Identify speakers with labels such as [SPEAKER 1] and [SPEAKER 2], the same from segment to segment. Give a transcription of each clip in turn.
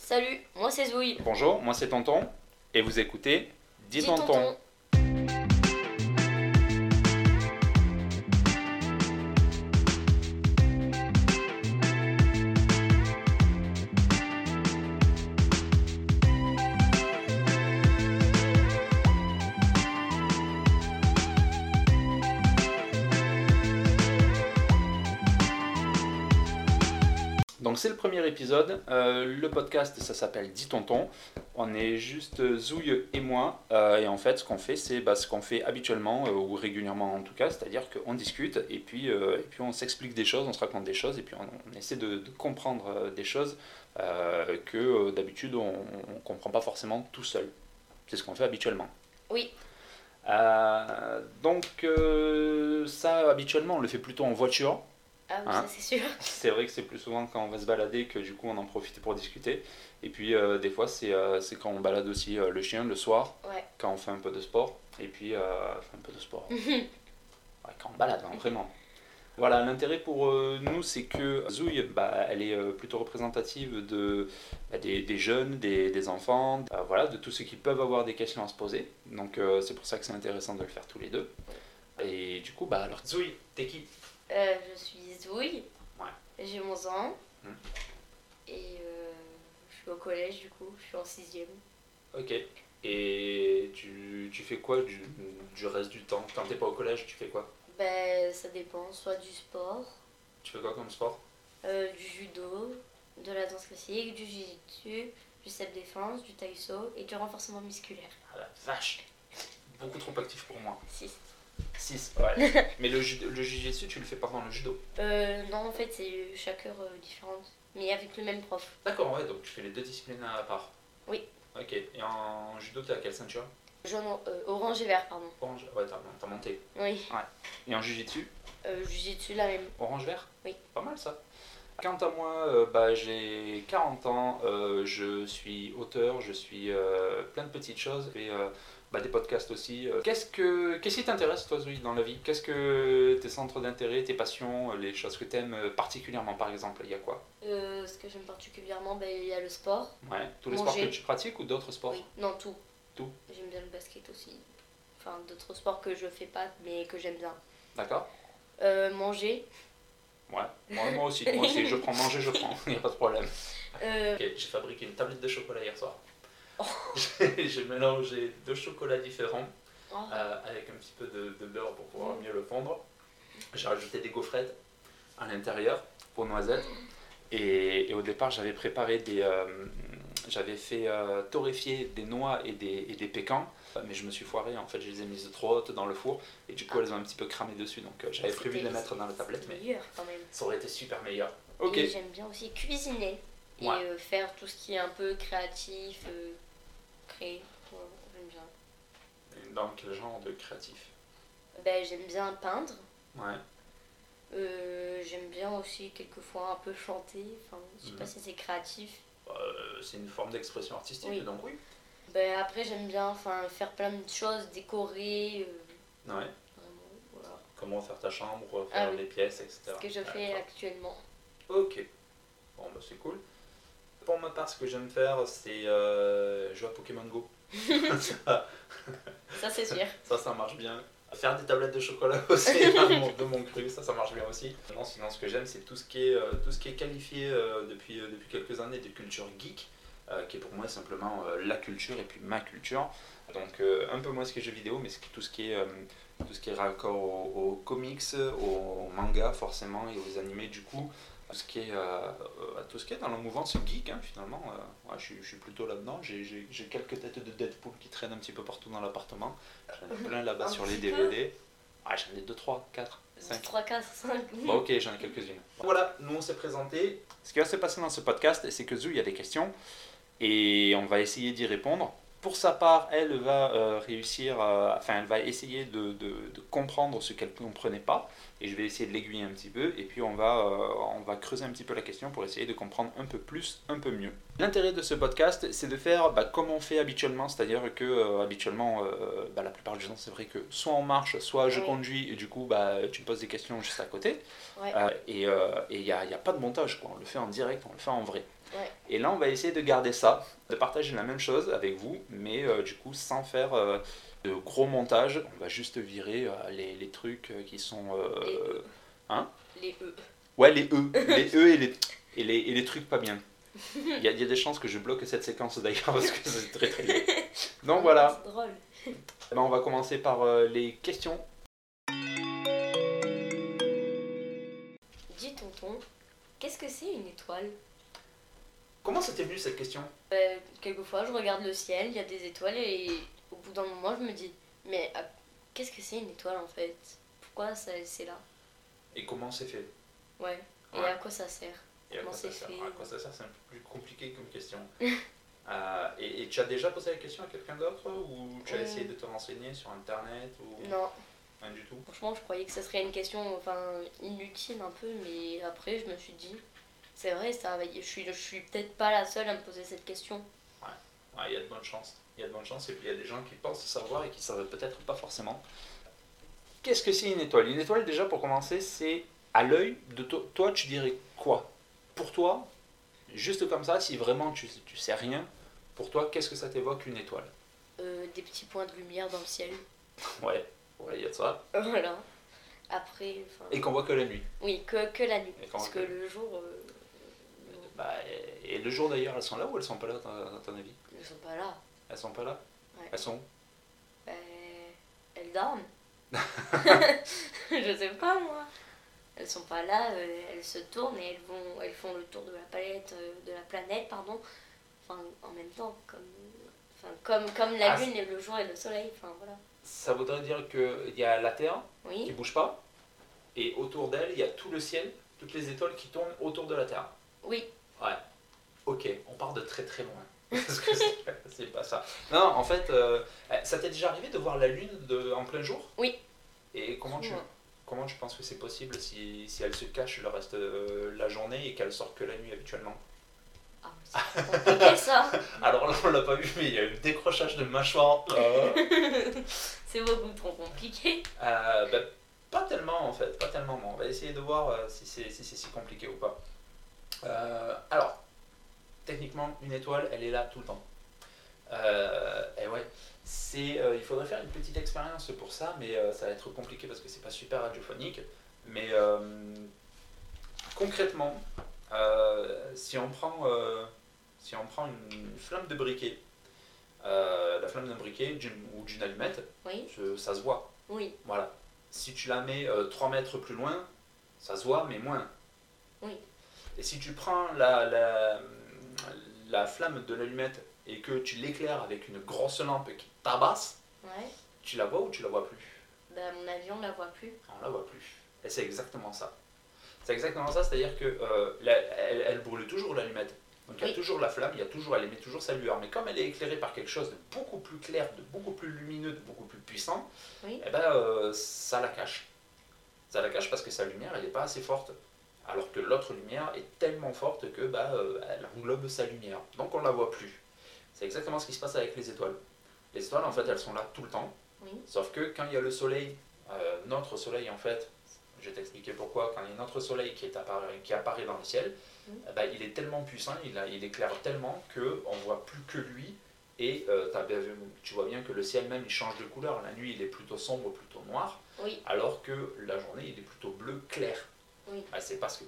[SPEAKER 1] Salut, moi c'est Zouille.
[SPEAKER 2] Bonjour, moi c'est Tonton et vous écoutez Dis,
[SPEAKER 1] Dis
[SPEAKER 2] Tonton.
[SPEAKER 1] tonton.
[SPEAKER 2] Donc c'est le premier épisode, Euh, le podcast ça s'appelle Dis Tonton. On est juste euh, Zouille et moi Euh, et en fait ce qu'on fait c'est bah, ce qu'on fait habituellement euh, ou régulièrement en tout cas, c'est-à-dire qu'on discute et puis, euh, et puis on s'explique des choses, on se raconte des choses et puis on, on essaie de, de comprendre euh, des choses euh, que euh, d'habitude on ne comprend pas forcément tout seul. C'est ce qu'on fait habituellement.
[SPEAKER 1] Oui.
[SPEAKER 2] Euh, donc euh, ça habituellement on le fait plutôt en voiture.
[SPEAKER 1] Ah oui,
[SPEAKER 2] Hein
[SPEAKER 1] ça c'est sûr.
[SPEAKER 2] C'est vrai que c'est plus souvent quand on va se balader que du coup on en profite pour discuter. Et puis euh, des fois c'est euh, c'est quand on balade aussi euh, le chien le soir,
[SPEAKER 1] Ouais.
[SPEAKER 2] quand on fait un peu de sport. Et puis euh, enfin, un peu de sport. Ouais, quand on balade, hein, vraiment. Voilà, l'intérêt pour euh, nous c'est que Zouille, bah, elle est euh, plutôt représentative de, bah, des, des jeunes, des, des enfants, euh, voilà, de tous ceux qui peuvent avoir des questions à se poser. Donc euh, c'est pour ça que c'est intéressant de le faire tous les deux. Et du coup, bah alors Zouille, t'es qui
[SPEAKER 1] Euh, je suis Zouille.
[SPEAKER 2] Ouais.
[SPEAKER 1] J'ai 11 ans.
[SPEAKER 2] Hmm.
[SPEAKER 1] Et euh, je suis au collège du coup, je suis en 6ème.
[SPEAKER 2] Ok. Et tu, tu fais quoi du, du reste du temps Quand t'es pas au collège, tu fais quoi
[SPEAKER 1] Ben ça dépend, soit du sport,
[SPEAKER 2] Tu fais quoi comme sport
[SPEAKER 1] euh, du judo, de la danse classique, du jiu-jitsu, du self-défense, du taïso et du renforcement musculaire.
[SPEAKER 2] Ah la vache Beaucoup trop actif pour moi.
[SPEAKER 1] Si.
[SPEAKER 2] 6, ouais. Mais le, ju- le jiu-jitsu, tu le fais pendant le judo.
[SPEAKER 1] Euh, non, en fait, c'est chaque heure euh, différente, mais avec le même prof.
[SPEAKER 2] D'accord, ouais, donc tu fais les deux disciplines à part.
[SPEAKER 1] Oui.
[SPEAKER 2] Ok. Et en judo, t'es à quelle ceinture
[SPEAKER 1] Jaune, euh, orange et vert, pardon.
[SPEAKER 2] Orange Ouais, t'as t'as monté.
[SPEAKER 1] Oui.
[SPEAKER 2] Et en jiu-jitsu
[SPEAKER 1] Euh, jiu-jitsu, la même.
[SPEAKER 2] Orange-vert
[SPEAKER 1] Oui.
[SPEAKER 2] Pas mal ça. Quant à moi, euh, bah, j'ai 40 ans, euh, je suis auteur, je suis euh, plein de petites choses et euh, bah, des podcasts aussi. Euh, Qu'est-ce que qu'est-ce qui t'intéresse toi Zoé dans la vie Qu'est-ce que tes centres d'intérêt, tes passions, euh, les choses que t'aimes euh, particulièrement par exemple Il y a quoi
[SPEAKER 1] Euh, ce que j'aime particulièrement, ben, il y a le sport.
[SPEAKER 2] Ouais. Tous les
[SPEAKER 1] Manger.
[SPEAKER 2] sports que tu pratiques ou d'autres sports
[SPEAKER 1] Oui, non, tout.
[SPEAKER 2] Tout.
[SPEAKER 1] J'aime bien le basket aussi. Enfin, d'autres sports que je fais pas, mais que j'aime bien.
[SPEAKER 2] D'accord
[SPEAKER 1] Euh, manger.
[SPEAKER 2] Ouais. Moi, moi aussi, moi aussi, je prends manger, je prends, il n'y a pas de problème.
[SPEAKER 1] Euh,
[SPEAKER 2] Ok, j'ai fabriqué une tablette de chocolat hier soir. J'ai j'ai mélangé deux chocolats différents.
[SPEAKER 1] oh,
[SPEAKER 2] euh, avec un petit peu de, de beurre pour pouvoir mieux le fondre. J'ai rajouté des gaufrettes à l'intérieur pour noisettes. Et, et au départ, j'avais préparé des. euh, j'avais fait euh, torréfier des noix et des, et des pécans, mais je me suis foiré. En fait, je les ai mises trop hautes dans le four et du coup, elles ont un petit peu cramé dessus. Donc, euh, j'avais prévu de les
[SPEAKER 1] c'était-
[SPEAKER 2] mettre dans la tablette,
[SPEAKER 1] c'était
[SPEAKER 2] mais
[SPEAKER 1] meilleur quand même.
[SPEAKER 2] ça aurait été super meilleur. Ok.
[SPEAKER 1] Et j'aime bien aussi cuisiner. Et
[SPEAKER 2] Ouais.
[SPEAKER 1] euh, faire tout ce qui est un peu créatif, euh, créer. Ouais, j'aime bien.
[SPEAKER 2] Dans quel genre de créatif
[SPEAKER 1] Ben, j'aime bien peindre.
[SPEAKER 2] Ouais.
[SPEAKER 1] Euh, j'aime bien aussi quelquefois un peu chanter. Enfin, je sais pas
[SPEAKER 2] Mhm.
[SPEAKER 1] si c'est créatif.
[SPEAKER 2] Euh, c'est une forme d'expression artistique,
[SPEAKER 1] Oui.
[SPEAKER 2] donc oui.
[SPEAKER 1] Ben, après, j'aime bien enfin, faire plein de choses, décorer. euh,
[SPEAKER 2] Ouais.
[SPEAKER 1] vraiment, voilà.
[SPEAKER 2] Comment faire ta chambre, faire
[SPEAKER 1] Ah oui.
[SPEAKER 2] les pièces, etc.
[SPEAKER 1] C'est ce que je fais
[SPEAKER 2] D'accord.
[SPEAKER 1] actuellement.
[SPEAKER 2] Ok. Bon, bah c'est cool. Pour ma part, ce que j'aime faire, c'est euh, jouer à Pokémon Go. ça,
[SPEAKER 1] Ça, c'est sûr.
[SPEAKER 2] ça, ça marche bien. Faire des tablettes de chocolat aussi, hein, mon- de mon cru, ça, ça marche bien aussi. Non, sinon, ce que j'aime, c'est tout, ce qui est, euh, tout ce qui est qualifié euh, depuis, euh, depuis quelques années de culture geek, euh, qui est pour moi simplement euh, la culture et puis ma culture. Donc, euh, un peu moins ce qui est jeux vidéo, mais ce qui- tout ce qui est, euh, tout ce qui est raccord aux, aux comics, aux mangas forcément et aux animés du coup tout ce qui est, euh, euh, tout ce qui est dans la mouvance geek, hein, finalement. euh, ouais, je, suis- je suis plutôt là-dedans. J'ai- J'ai j'ai quelques têtes de Deadpool qui traînent un petit peu partout dans l'appartement. J'en ai plein là-bas
[SPEAKER 1] Un
[SPEAKER 2] sur les
[SPEAKER 1] petit peu.
[SPEAKER 2] DVD. Ah, j'en ai 2, 3, 4, 5.
[SPEAKER 1] 3, 4, 5.
[SPEAKER 2] Bon, ok, j'en ai quelques-unes. Voilà, nous on s'est présenté. Ce qui va se passer dans ce podcast, c'est que Zou, il y a des questions et on va essayer d'y répondre. Pour sa part, elle va euh, réussir, euh, enfin, elle va essayer de, de- de comprendre ce qu'elle ne comprenait pas et je vais essayer de l'aiguiller un petit peu et puis on va, euh, on va creuser un petit peu la question pour essayer de comprendre un peu plus, un peu mieux. L'intérêt de ce podcast, c'est de faire bah, comme on fait habituellement, c'est-à-dire que euh, habituellement, euh, bah, la plupart du temps, c'est vrai que soit on marche, soit je
[SPEAKER 1] Oui.
[SPEAKER 2] conduis et du coup, bah, tu me poses des questions juste à côté.
[SPEAKER 1] Ouais.
[SPEAKER 2] Euh, et il n'y a, y a pas de montage, quoi. on le fait en direct, on le fait en vrai.
[SPEAKER 1] Ouais.
[SPEAKER 2] Et là, on va essayer de garder ça, de partager la même chose avec vous, mais euh, du coup, sans faire euh, de gros montages. On va juste virer euh, les, les trucs euh, qui sont. euh,
[SPEAKER 1] Les E.
[SPEAKER 2] hein
[SPEAKER 1] Les E.
[SPEAKER 2] Ouais, les E. Les E et les, et les, et les trucs pas bien. Il y, a, il y a des chances que je bloque cette séquence d'ailleurs parce que c'est très très bien. Donc voilà.
[SPEAKER 1] C'est drôle.
[SPEAKER 2] Eh ben, on va commencer par euh, les questions.
[SPEAKER 1] Dis tonton, qu'est-ce que c'est une étoile
[SPEAKER 2] Comment ça t'est venu cette question
[SPEAKER 1] Ben, Quelquefois, je regarde le ciel, il y a des étoiles et au bout d'un moment, je me dis, mais ah, qu'est-ce que c'est une étoile en fait Pourquoi ça, c'est là
[SPEAKER 2] Et comment c'est fait
[SPEAKER 1] Ouais. Et
[SPEAKER 2] Ouais.
[SPEAKER 1] à quoi ça sert
[SPEAKER 2] Et à
[SPEAKER 1] Comment
[SPEAKER 2] quoi ça
[SPEAKER 1] c'est
[SPEAKER 2] sert
[SPEAKER 1] fait euh
[SPEAKER 2] À quoi ça sert C'est un peu plus compliqué comme question. Euh, et, et tu as déjà posé la question à quelqu'un d'autre ou tu as
[SPEAKER 1] Euh.
[SPEAKER 2] essayé de te renseigner sur internet ou
[SPEAKER 1] Non,
[SPEAKER 2] rien du tout
[SPEAKER 1] franchement, je croyais que ça serait une question enfin, inutile un peu, mais après, je me suis dit, c'est vrai, ça, va- je suis, je suis peut-être pas la seule à me poser cette question.
[SPEAKER 2] Ouais, Ah, Il y a de bonnes chances. Il y a de bonnes chances et puis il y a des gens qui pensent savoir et qui ne savent peut-être pas forcément. Qu'est-ce que c'est une étoile Une étoile déjà pour commencer c'est à l'œil de to- toi tu dirais quoi Pour toi, juste comme ça, si vraiment tu, tu sais rien, pour toi qu'est-ce que ça t'évoque une étoile
[SPEAKER 1] Euh, des petits points de lumière dans le ciel.
[SPEAKER 2] Ouais, ouais, il y a de ça.
[SPEAKER 1] Voilà. Après, enfin,
[SPEAKER 2] Et qu'on voit que la nuit.
[SPEAKER 1] oui, que, que la nuit.
[SPEAKER 2] Et qu'on
[SPEAKER 1] Parce
[SPEAKER 2] voit
[SPEAKER 1] que
[SPEAKER 2] que-
[SPEAKER 1] le jour, euh,
[SPEAKER 2] Bah, et et le jour d'ailleurs, elles sont là ou elles sont pas là, à ton- à ton avis
[SPEAKER 1] ils sont pas là.
[SPEAKER 2] Elles sont pas là
[SPEAKER 1] Ouais.
[SPEAKER 2] Elles sont
[SPEAKER 1] Euh, elles dorment. je sais pas moi. Elles sont pas là, euh, elles se tournent et elles vont elles font le tour de la palette euh, de la planète pardon. Enfin en même temps comme enfin, comme comme la
[SPEAKER 2] Ah,
[SPEAKER 1] lune et le jour et le soleil, enfin voilà.
[SPEAKER 2] Ça voudrait dire qu'il y a la Terre qui
[SPEAKER 1] Oui,
[SPEAKER 2] bouge pas, et autour d'elle, il y a tout le ciel, toutes les étoiles qui tournent autour de la Terre.
[SPEAKER 1] oui,
[SPEAKER 2] Ok, on part de très très loin. Parce que c'est- c'est pas ça. Non, en fait, euh, ça t'est déjà arrivé de voir la Lune de, en plein jour
[SPEAKER 1] Oui.
[SPEAKER 2] Et comment tu,
[SPEAKER 1] Souvent.
[SPEAKER 2] comment tu penses que c'est possible si, si elle se cache le reste de la journée et qu'elle sort que la nuit habituellement
[SPEAKER 1] ah, c'est compliqué ça.
[SPEAKER 2] Alors là, on l'a pas vu, mais il y a eu le décrochage de mâchoire. Euh,
[SPEAKER 1] C'est beaucoup trop compliqué.
[SPEAKER 2] euh, bah, pas tellement en fait, pas tellement. mais on va essayer de voir euh, si c'est si, c'est si compliqué ou pas. Euh, alors, techniquement, une étoile, elle est là tout le temps. Euh, et ouais, c'est, euh, il faudrait faire une petite expérience pour ça, mais euh, ça va être compliqué parce que c'est pas super radiophonique. Mais euh, concrètement, euh, si on prend, euh, si on prend une flamme de briquet, euh, la flamme d'un briquet d'une- ou d'une allumette,
[SPEAKER 1] Oui,
[SPEAKER 2] je- ça se voit.
[SPEAKER 1] oui,
[SPEAKER 2] Voilà. Si tu la mets euh, 3 mètres plus loin, ça se voit, mais moins.
[SPEAKER 1] Oui.
[SPEAKER 2] Et si tu prends la, la, la flamme de l'allumette et que tu l'éclaires avec une grosse lampe qui tabasse,
[SPEAKER 1] ouais.
[SPEAKER 2] tu la vois ou tu la vois plus
[SPEAKER 1] Bah à mon avis, on la voit plus.
[SPEAKER 2] On Ah, la voit plus. Et c'est exactement ça. C'est exactement ça, c'est-à-dire que euh, la- elle, elle brûle toujours l'allumette. Donc il y a
[SPEAKER 1] Oui.
[SPEAKER 2] toujours la flamme, il y a toujours, elle émet toujours sa lueur. Mais comme elle est éclairée par quelque chose de beaucoup plus clair, de beaucoup plus lumineux, de beaucoup plus puissant,
[SPEAKER 1] Oui.
[SPEAKER 2] eh ben, euh, ça la cache. Ça la cache parce que sa lumière, elle n'est pas assez forte. Alors que l'autre lumière est tellement forte que bah, euh, elle englobe sa lumière. Donc on la voit plus. C'est exactement ce qui se passe avec les étoiles. Les étoiles, en fait, elles sont là tout le temps.
[SPEAKER 1] Oui.
[SPEAKER 2] Sauf que quand il y a le soleil, euh, notre soleil en fait, je vais t'expliquer pourquoi, quand il y a notre soleil qui, est apparu- qui apparaît dans le ciel,
[SPEAKER 1] Mm.
[SPEAKER 2] eh ben, il est tellement puissant, il, a- il éclaire tellement qu'on ne voit plus que lui. Et euh, t'as bien vu- tu vois bien que le ciel même, il change de couleur. La nuit, il est plutôt sombre, plutôt noir,
[SPEAKER 1] Oui,
[SPEAKER 2] alors que la journée, il est plutôt bleu clair.
[SPEAKER 1] Oui.
[SPEAKER 2] Ah, c'est parce que,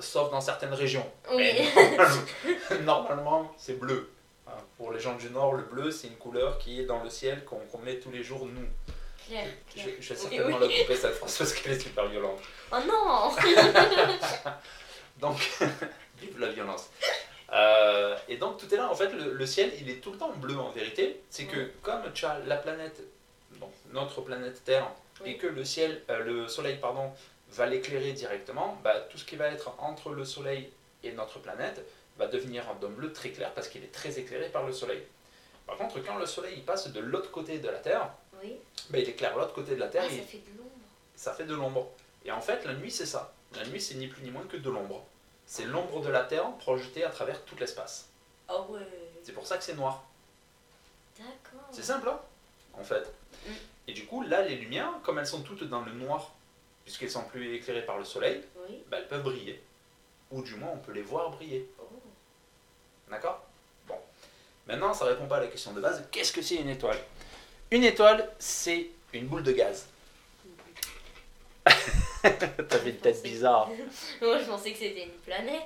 [SPEAKER 2] sauf dans certaines régions.
[SPEAKER 1] oui.
[SPEAKER 2] Mais normalement- normalement, c'est bleu. Hein, Pour les gens du Nord, le bleu, c'est une couleur qui est dans le ciel qu'on qu'on met tous les jours, nous.
[SPEAKER 1] Claire,
[SPEAKER 2] Je,
[SPEAKER 1] claire.
[SPEAKER 2] je vais
[SPEAKER 1] Oui,
[SPEAKER 2] certainement
[SPEAKER 1] oui.
[SPEAKER 2] la couper cette phrase parce qu'elle est super violente.
[SPEAKER 1] Oh non
[SPEAKER 2] Donc, vive la violence. Euh, et donc tout est là, en fait le, le ciel il est tout le temps bleu en vérité, c'est que comme tu as la planète, donc notre planète Terre, et
[SPEAKER 1] Oui.
[SPEAKER 2] que le ciel, euh, le soleil pardon, va l'éclairer directement, bah, tout ce qui va être entre le soleil et notre planète va devenir d'un bleu très clair parce qu'il est très éclairé par le soleil. Par contre quand le soleil il passe de l'autre côté de la Terre,
[SPEAKER 1] Oui.
[SPEAKER 2] bah, il éclaire l'autre côté de la Terre,
[SPEAKER 1] Ah,
[SPEAKER 2] et
[SPEAKER 1] ça fait de l'ombre.
[SPEAKER 2] ça fait de l'ombre. Et en fait, la nuit, c'est ça. La nuit, c'est ni plus ni moins que de l'ombre. C'est l'ombre de la Terre projetée à travers tout l'espace.
[SPEAKER 1] Ah ouais.
[SPEAKER 2] C'est pour ça que c'est noir.
[SPEAKER 1] D'accord.
[SPEAKER 2] C'est simple, hein, en fait.
[SPEAKER 1] Mm.
[SPEAKER 2] Et du coup, là, les lumières, comme elles sont toutes dans le noir, puisqu'elles sont plus éclairées par le soleil,
[SPEAKER 1] Oui.
[SPEAKER 2] bah, elles peuvent briller. Ou du moins, on peut les voir briller.
[SPEAKER 1] Oh.
[SPEAKER 2] Maintenant, ça répond pas à la question de base, qu'est-ce que c'est une étoile Une étoile, c'est une boule de gaz. T'avais une tête bizarre.
[SPEAKER 1] Moi, je pensais que c'était une planète.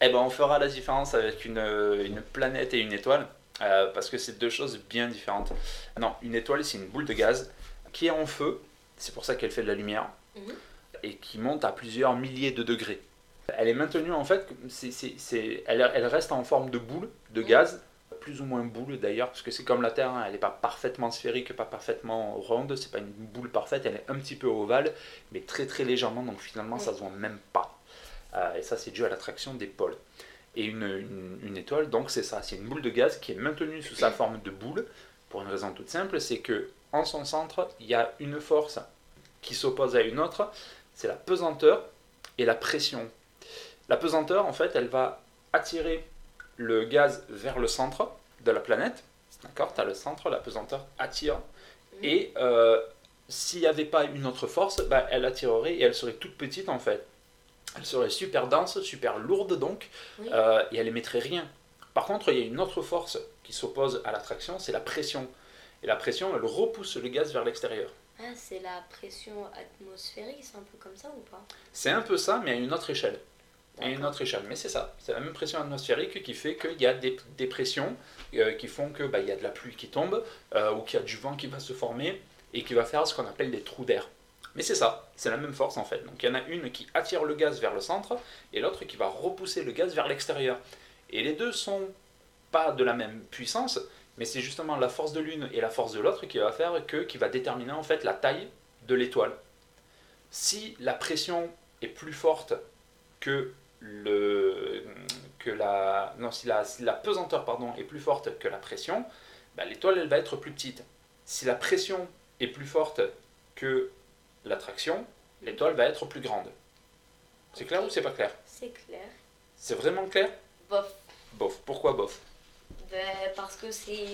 [SPEAKER 2] Eh ben, on fera la différence avec une, euh, une planète et une étoile, euh, parce que c'est deux choses bien différentes. Ah Non, une étoile, c'est une boule de gaz qui est en feu, c'est pour ça qu'elle fait de la lumière,
[SPEAKER 1] Mhm.
[SPEAKER 2] et qui monte à plusieurs milliers de degrés. Elle est maintenue, en fait, c'est, c'est- c'est- elle, elle reste en forme de boule, de
[SPEAKER 1] Mhm.
[SPEAKER 2] gaz, plus ou moins boule d'ailleurs, parce que c'est comme la Terre, hein, elle n'est pas parfaitement sphérique, pas parfaitement ronde, c'est pas une boule parfaite, elle est un petit peu ovale, mais très très légèrement, donc finalement ça se voit même pas. Euh, et ça, c'est dû à l'attraction des pôles. Et une, une- une étoile, donc c'est ça, c'est une boule de gaz qui est maintenue sous sa forme de boule, pour une raison toute simple, c'est que en son centre, il y a une force qui s'oppose à une autre, c'est la pesanteur et la pression. La pesanteur, en fait, elle va attirer le gaz vers le centre de la planète. D'accord Tu as le centre, la pesanteur attire. Et euh, s'il n'y avait pas une autre force, bah, elle attirerait et elle serait toute petite, en fait. Elle serait super dense, super lourde, donc,
[SPEAKER 1] Oui.
[SPEAKER 2] euh, et elle émettrait rien. Par contre, il y a une autre force qui s'oppose à l'attraction, c'est la pression. Et la pression, elle repousse le gaz vers l'extérieur.
[SPEAKER 1] Ah, c'est la pression atmosphérique, c'est un peu comme ça ou pas
[SPEAKER 2] C'est un peu ça, mais à une autre échelle. à une
[SPEAKER 1] D'accord.
[SPEAKER 2] autre échelle. Mais c'est ça, c'est la même pression atmosphérique qui fait qu'il y a des, des pressions euh, qui font que bah, il y a de la pluie qui tombe euh, ou qu'il y a du vent qui va se former et qui va faire ce qu'on appelle des trous d'air. Mais c'est ça, c'est la même force en fait. Donc il y en a une qui attire le gaz vers le centre et l'autre qui va repousser le gaz vers l'extérieur. Et les deux sont pas de la même puissance, mais c'est justement la force de l'une et la force de l'autre qui va faire que qui va déterminer en fait la taille de l'étoile. Si la pression est plus forte que le que la non si la, si la pesanteur pardon est plus forte que la pression, bah, l'étoile elle va être plus petite. Si la pression est plus forte que l'attraction, l'étoile va être plus grande. C'est clair ou c'est pas clair
[SPEAKER 1] C'est clair.
[SPEAKER 2] C'est vraiment clair
[SPEAKER 1] Bof.
[SPEAKER 2] Bof. Pourquoi bof
[SPEAKER 1] Ben, parce que c'est.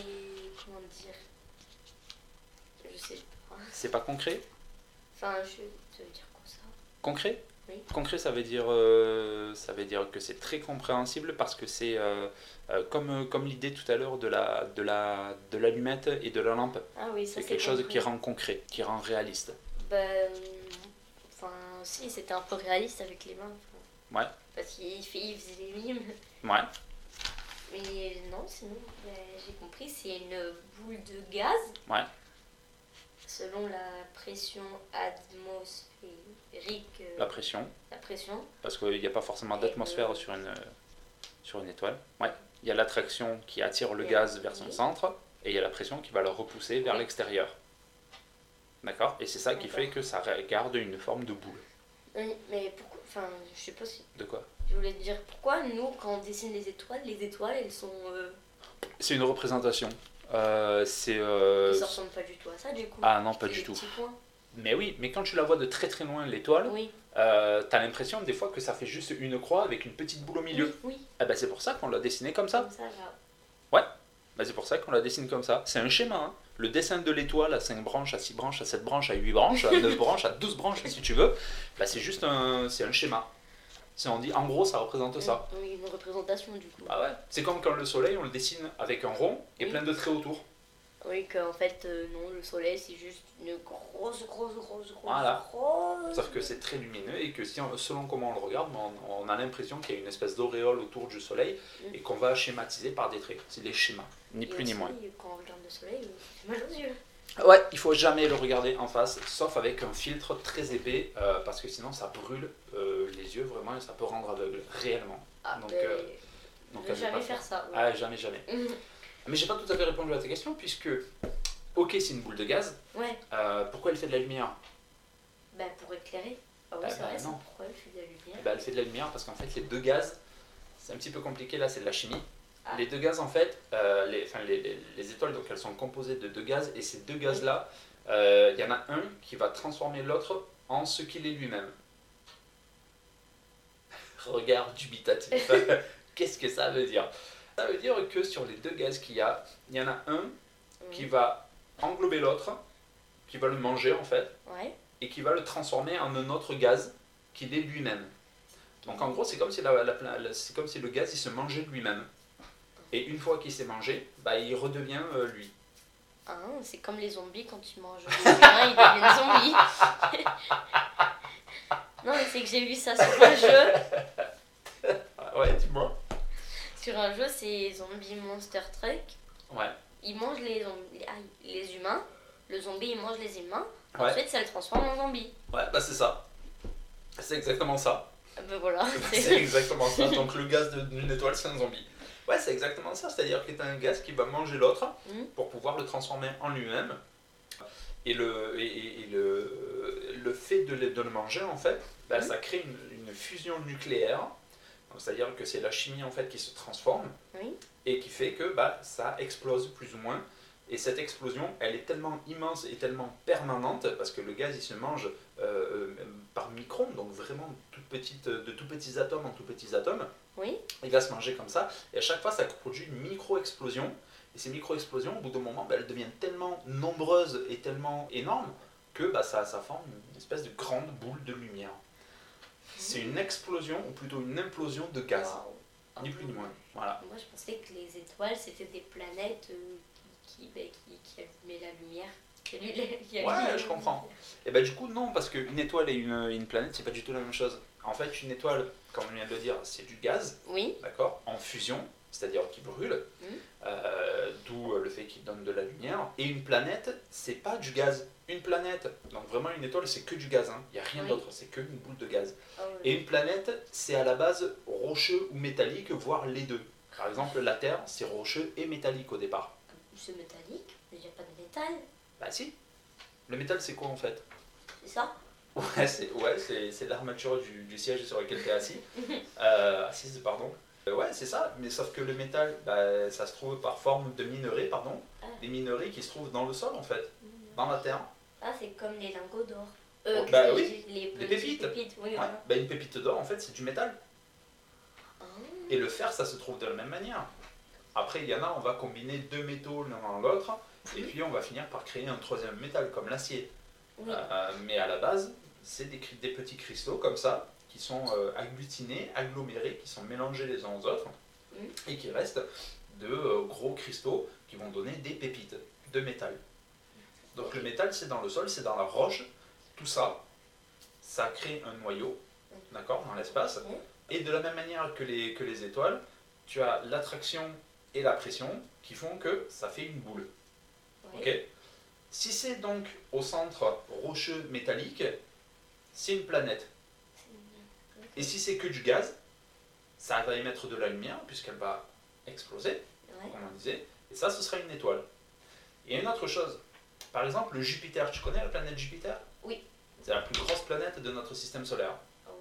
[SPEAKER 1] Comment dire Je sais pas.
[SPEAKER 2] C'est pas concret
[SPEAKER 1] Enfin, je. Ça veut dire quoi ça
[SPEAKER 2] Concret
[SPEAKER 1] Oui.
[SPEAKER 2] Concret, ça veut dire, euh, ça veut dire que c'est très compréhensible parce que c'est euh, euh, comme, comme l'idée tout à l'heure de la, de, la, de l'allumette et de la lampe.
[SPEAKER 1] Ah oui, ça
[SPEAKER 2] C'est quelque chose qui
[SPEAKER 1] compris.
[SPEAKER 2] rend concret, qui rend réaliste.
[SPEAKER 1] Ben. Enfin, si, c'était un peu réaliste avec les mains. enfin.
[SPEAKER 2] Ouais.
[SPEAKER 1] Parce qu'il fait- il faisait les mimes.
[SPEAKER 2] Ouais.
[SPEAKER 1] Mais non, sinon, ben, j'ai compris, c'est une boule de gaz.
[SPEAKER 2] Ouais.
[SPEAKER 1] Selon la pression atmosphérique, euh,
[SPEAKER 2] La pression,
[SPEAKER 1] la pression,
[SPEAKER 2] parce qu'il n'y a pas forcément
[SPEAKER 1] Et euh,
[SPEAKER 2] d'atmosphère
[SPEAKER 1] le-
[SPEAKER 2] sur une, sur une étoile. Ouais. Il y a l'attraction qui attire le
[SPEAKER 1] Et
[SPEAKER 2] gaz
[SPEAKER 1] le-
[SPEAKER 2] vers son
[SPEAKER 1] oui.
[SPEAKER 2] centre et il y a la pression qui va le repousser vers
[SPEAKER 1] Oui.
[SPEAKER 2] l'extérieur. D'accord Et c'est ça qui
[SPEAKER 1] D'accord.
[SPEAKER 2] fait que ça garde une forme de boule.
[SPEAKER 1] Oui, mais pourquoi Enfin, je sais pas si.
[SPEAKER 2] De quoi
[SPEAKER 1] Je voulais te dire pourquoi nous, quand on dessine les étoiles, les étoiles, elles sont. euh,
[SPEAKER 2] C'est une représentation. Euh, c'est. euh,
[SPEAKER 1] elles se ressemblent pas du tout à ça, du coup.
[SPEAKER 2] Ah non, pas
[SPEAKER 1] C'est
[SPEAKER 2] du
[SPEAKER 1] des
[SPEAKER 2] tout.
[SPEAKER 1] petits points.
[SPEAKER 2] Mais oui, mais quand tu la vois de très très loin, l'étoile,
[SPEAKER 1] Oui.
[SPEAKER 2] euh, t'as l'impression des fois que ça fait juste une croix avec une petite boule au milieu.
[SPEAKER 1] Oui,
[SPEAKER 2] Ah ben c'est pour ça qu'on l'a dessinée comme ça.
[SPEAKER 1] comme ça, là.
[SPEAKER 2] Bah, c'est pour ça qu'on la dessine comme ça. C'est un schéma. hein. Le dessin de l'étoile à 5 branches, à 6 branches, à 7 branches, à 8 branches, à 9 branches, à 12 branches si tu veux, bah, c'est juste un, c'est un schéma. Si on dit en gros ça représente ça.
[SPEAKER 1] Oui, une représentation, du coup.
[SPEAKER 2] Bah ouais. C'est comme quand le soleil on le dessine avec un rond et
[SPEAKER 1] Oui.
[SPEAKER 2] plein de traits autour.
[SPEAKER 1] Oui, qu'en fait, euh, non, le soleil, c'est juste une grosse, grosse, grosse, grosse.
[SPEAKER 2] Voilà.
[SPEAKER 1] grosse-
[SPEAKER 2] Sauf que c'est très lumineux et que si on- selon comment on le regarde, ben, on, on a l'impression qu'il y a une espèce d'auréole autour du soleil
[SPEAKER 1] Mm.
[SPEAKER 2] et qu'on va schématiser par des traits. C'est des schémas. Ni
[SPEAKER 1] Et aussi, Quand on regarde le soleil, c'est mal aux yeux.
[SPEAKER 2] Ouais, il faut jamais le regarder en face, sauf avec un filtre très épais, euh, parce que sinon ça brûle euh, les yeux vraiment et ça peut rendre aveugle, réellement.
[SPEAKER 1] Ah,
[SPEAKER 2] Donc,
[SPEAKER 1] ben,
[SPEAKER 2] euh, Donc,
[SPEAKER 1] je vais
[SPEAKER 2] allez
[SPEAKER 1] jamais
[SPEAKER 2] pas
[SPEAKER 1] faire ça. ouais.
[SPEAKER 2] Ah, jamais, jamais.
[SPEAKER 1] Mhm.
[SPEAKER 2] Mais j'ai pas tout à fait répondu à ta question, puisque, ok, c'est une boule de gaz,
[SPEAKER 1] ouais,
[SPEAKER 2] euh, pourquoi elle fait de la lumière
[SPEAKER 1] ben pour éclairer. Ah
[SPEAKER 2] Ah,
[SPEAKER 1] ouais, c'est
[SPEAKER 2] bah,
[SPEAKER 1] vrai, ça.
[SPEAKER 2] non.
[SPEAKER 1] Pourquoi elle fait de la lumière
[SPEAKER 2] Eh ben, Elle fait de la lumière parce qu'en fait, les deux gaz, c'est un petit peu compliqué là, c'est de la chimie.
[SPEAKER 1] Ah.
[SPEAKER 2] Les deux gaz, en fait, euh, les, enfin, les, les- les étoiles, donc elles sont composées de deux gaz, et ces deux gaz-là, euh, il y en a un qui va transformer l'autre en ce qu'il est lui-même. Regard dubitatif. Qu'est-ce que ça veut dire Ça veut dire que sur les deux gaz qu'il y a, il y en a un qui
[SPEAKER 1] Mhm.
[SPEAKER 2] va englober l'autre, qui va le manger en fait,
[SPEAKER 1] Ouais.
[SPEAKER 2] et qui va le transformer en un autre gaz qu'il est lui-même. Donc en gros, c'est comme si, la- la- la- c'est comme si le gaz il se mangeait lui-même. Et une fois qu'il s'est mangé, bah, il redevient euh, lui.
[SPEAKER 1] Ah, c'est comme les zombies quand tu manges des humains, ils deviennent zombies. non, mais c'est que j'ai vu ça sur un jeu.
[SPEAKER 2] Ah ouais, dis-moi.
[SPEAKER 1] Sur un jeu, c'est Zombie Monster Truck.
[SPEAKER 2] Ouais.
[SPEAKER 1] Ils mangent les, zomb- les- ah, les humains. Le zombie, il mange les humains.
[SPEAKER 2] Ouais.
[SPEAKER 1] Ensuite, ça le transforme en zombie.
[SPEAKER 2] Ouais, bah c'est ça. C'est exactement ça.
[SPEAKER 1] Ah Ben voilà.
[SPEAKER 2] C'est exactement ça. Donc le gaz de- d'une étoile, c'est un zombie. Ouais, c'est exactement ça. C'est-à-dire que t'as un gaz qui va manger l'autre
[SPEAKER 1] Mhm.
[SPEAKER 2] pour pouvoir le transformer en lui-même. Et le, et, et- et le, le fait de le, de le manger, en fait, bah,
[SPEAKER 1] Mhm.
[SPEAKER 2] ça crée une, une fusion nucléaire. Donc, C'est-à-dire que c'est la chimie, en fait, qui se transforme
[SPEAKER 1] Oui.
[SPEAKER 2] et qui fait que bah, ça explose plus ou moins. Et cette explosion, elle est tellement immense et tellement permanente, parce que le gaz, il se mange euh, euh, par micron, donc vraiment toute petite, de tout petits atomes en tout petits atomes.
[SPEAKER 1] Oui.
[SPEAKER 2] Il va se manger comme ça, et à chaque fois, ça produit une micro-explosion. Et ces micro-explosions, au bout d'un moment, bah, elles deviennent tellement nombreuses et tellement énormes que bah, ça, ça forme une espèce de grande boule de lumière. C'est une explosion, ou plutôt une implosion de gaz,
[SPEAKER 1] Waouh.
[SPEAKER 2] ni plus ni moins. Voilà.
[SPEAKER 1] Moi, je pensais que les étoiles, c'était des planètes euh, qui, qui, ben, qui, qui allumaient la lumière. Qui allumaient- qui
[SPEAKER 2] Ouais,
[SPEAKER 1] allumaient la
[SPEAKER 2] je comprends.
[SPEAKER 1] lumière.
[SPEAKER 2] Et bah du coup non, parce qu'une étoile et une, une planète, c'est pas du tout la même chose. En fait, une étoile, comme on vient de le dire, c'est du gaz,
[SPEAKER 1] Oui,
[SPEAKER 2] d'accord, en fusion, c'est-à-dire qui brûle,
[SPEAKER 1] Mhm.
[SPEAKER 2] euh, d'où euh, le fait qu'il donne de la lumière. Et une planète, c'est pas du gaz. Une planète, donc vraiment une étoile, c'est que du gaz, hein. il n'y a rien
[SPEAKER 1] Oui.
[SPEAKER 2] d'autre, c'est que une boule de gaz.
[SPEAKER 1] Oh,
[SPEAKER 2] Et une planète, c'est à la base rocheux ou métallique, voire les deux. Par exemple, la Terre, c'est rocheux et métallique au départ.
[SPEAKER 1] c'est métallique, mais il n'y a pas de métal,
[SPEAKER 2] Bah si. Le métal, c'est quoi en fait
[SPEAKER 1] c'est ça
[SPEAKER 2] Ouais, c'est ouais, c'est- c'est l'armature du, du siège sur lequel tu es assis. Euh, assise, pardon. Euh, ouais, c'est ça, mais sauf que le métal, bah, ça se trouve par forme de minerais, pardon.
[SPEAKER 1] Ah.
[SPEAKER 2] Des minerais qui se trouvent dans le sol, en fait, dans la terre.
[SPEAKER 1] Ah, c'est comme les lingots d'or. Euh,
[SPEAKER 2] Oh, bah
[SPEAKER 1] c'est-
[SPEAKER 2] oui,
[SPEAKER 1] les,
[SPEAKER 2] les
[SPEAKER 1] petites
[SPEAKER 2] pépites.
[SPEAKER 1] oui,
[SPEAKER 2] Ouais.
[SPEAKER 1] voilà.
[SPEAKER 2] Bah, une pépite d'or, en fait, c'est du métal. Euh,
[SPEAKER 1] Ah,
[SPEAKER 2] Et le fer, ça se trouve de la même manière. Après, il y en a, on va combiner deux métaux l'un dans l'autre, et puis on va finir par créer un troisième métal, comme l'acier.
[SPEAKER 1] oui.
[SPEAKER 2] Euh, mais à la base, c'est des, cri- des petits cristaux comme ça, qui sont euh, agglutinés, agglomérés, qui sont mélangés les uns aux autres,
[SPEAKER 1] Mhm.
[SPEAKER 2] et qui restent de euh, gros cristaux qui vont donner des pépites de métal. Donc le métal, c'est dans le sol, c'est dans la roche, tout ça, ça crée un noyau, d'accord, dans l'espace.
[SPEAKER 1] Ok.
[SPEAKER 2] Et de la même manière que les, que les étoiles, tu as l'attraction et la pression qui font que ça fait une boule.
[SPEAKER 1] Ouais.
[SPEAKER 2] Ok. Si c'est donc au centre rocheux métallique, c'est une planète. Et si c'est que du gaz, ça va émettre de la lumière puisqu'elle va exploser,
[SPEAKER 1] Ouais.
[SPEAKER 2] comme on disait. Et ça, ce serait une étoile. Et une autre chose, par exemple, le Jupiter. Tu connais la planète Jupiter
[SPEAKER 1] Oui.
[SPEAKER 2] C'est la plus grosse planète de notre système solaire.
[SPEAKER 1] Oh.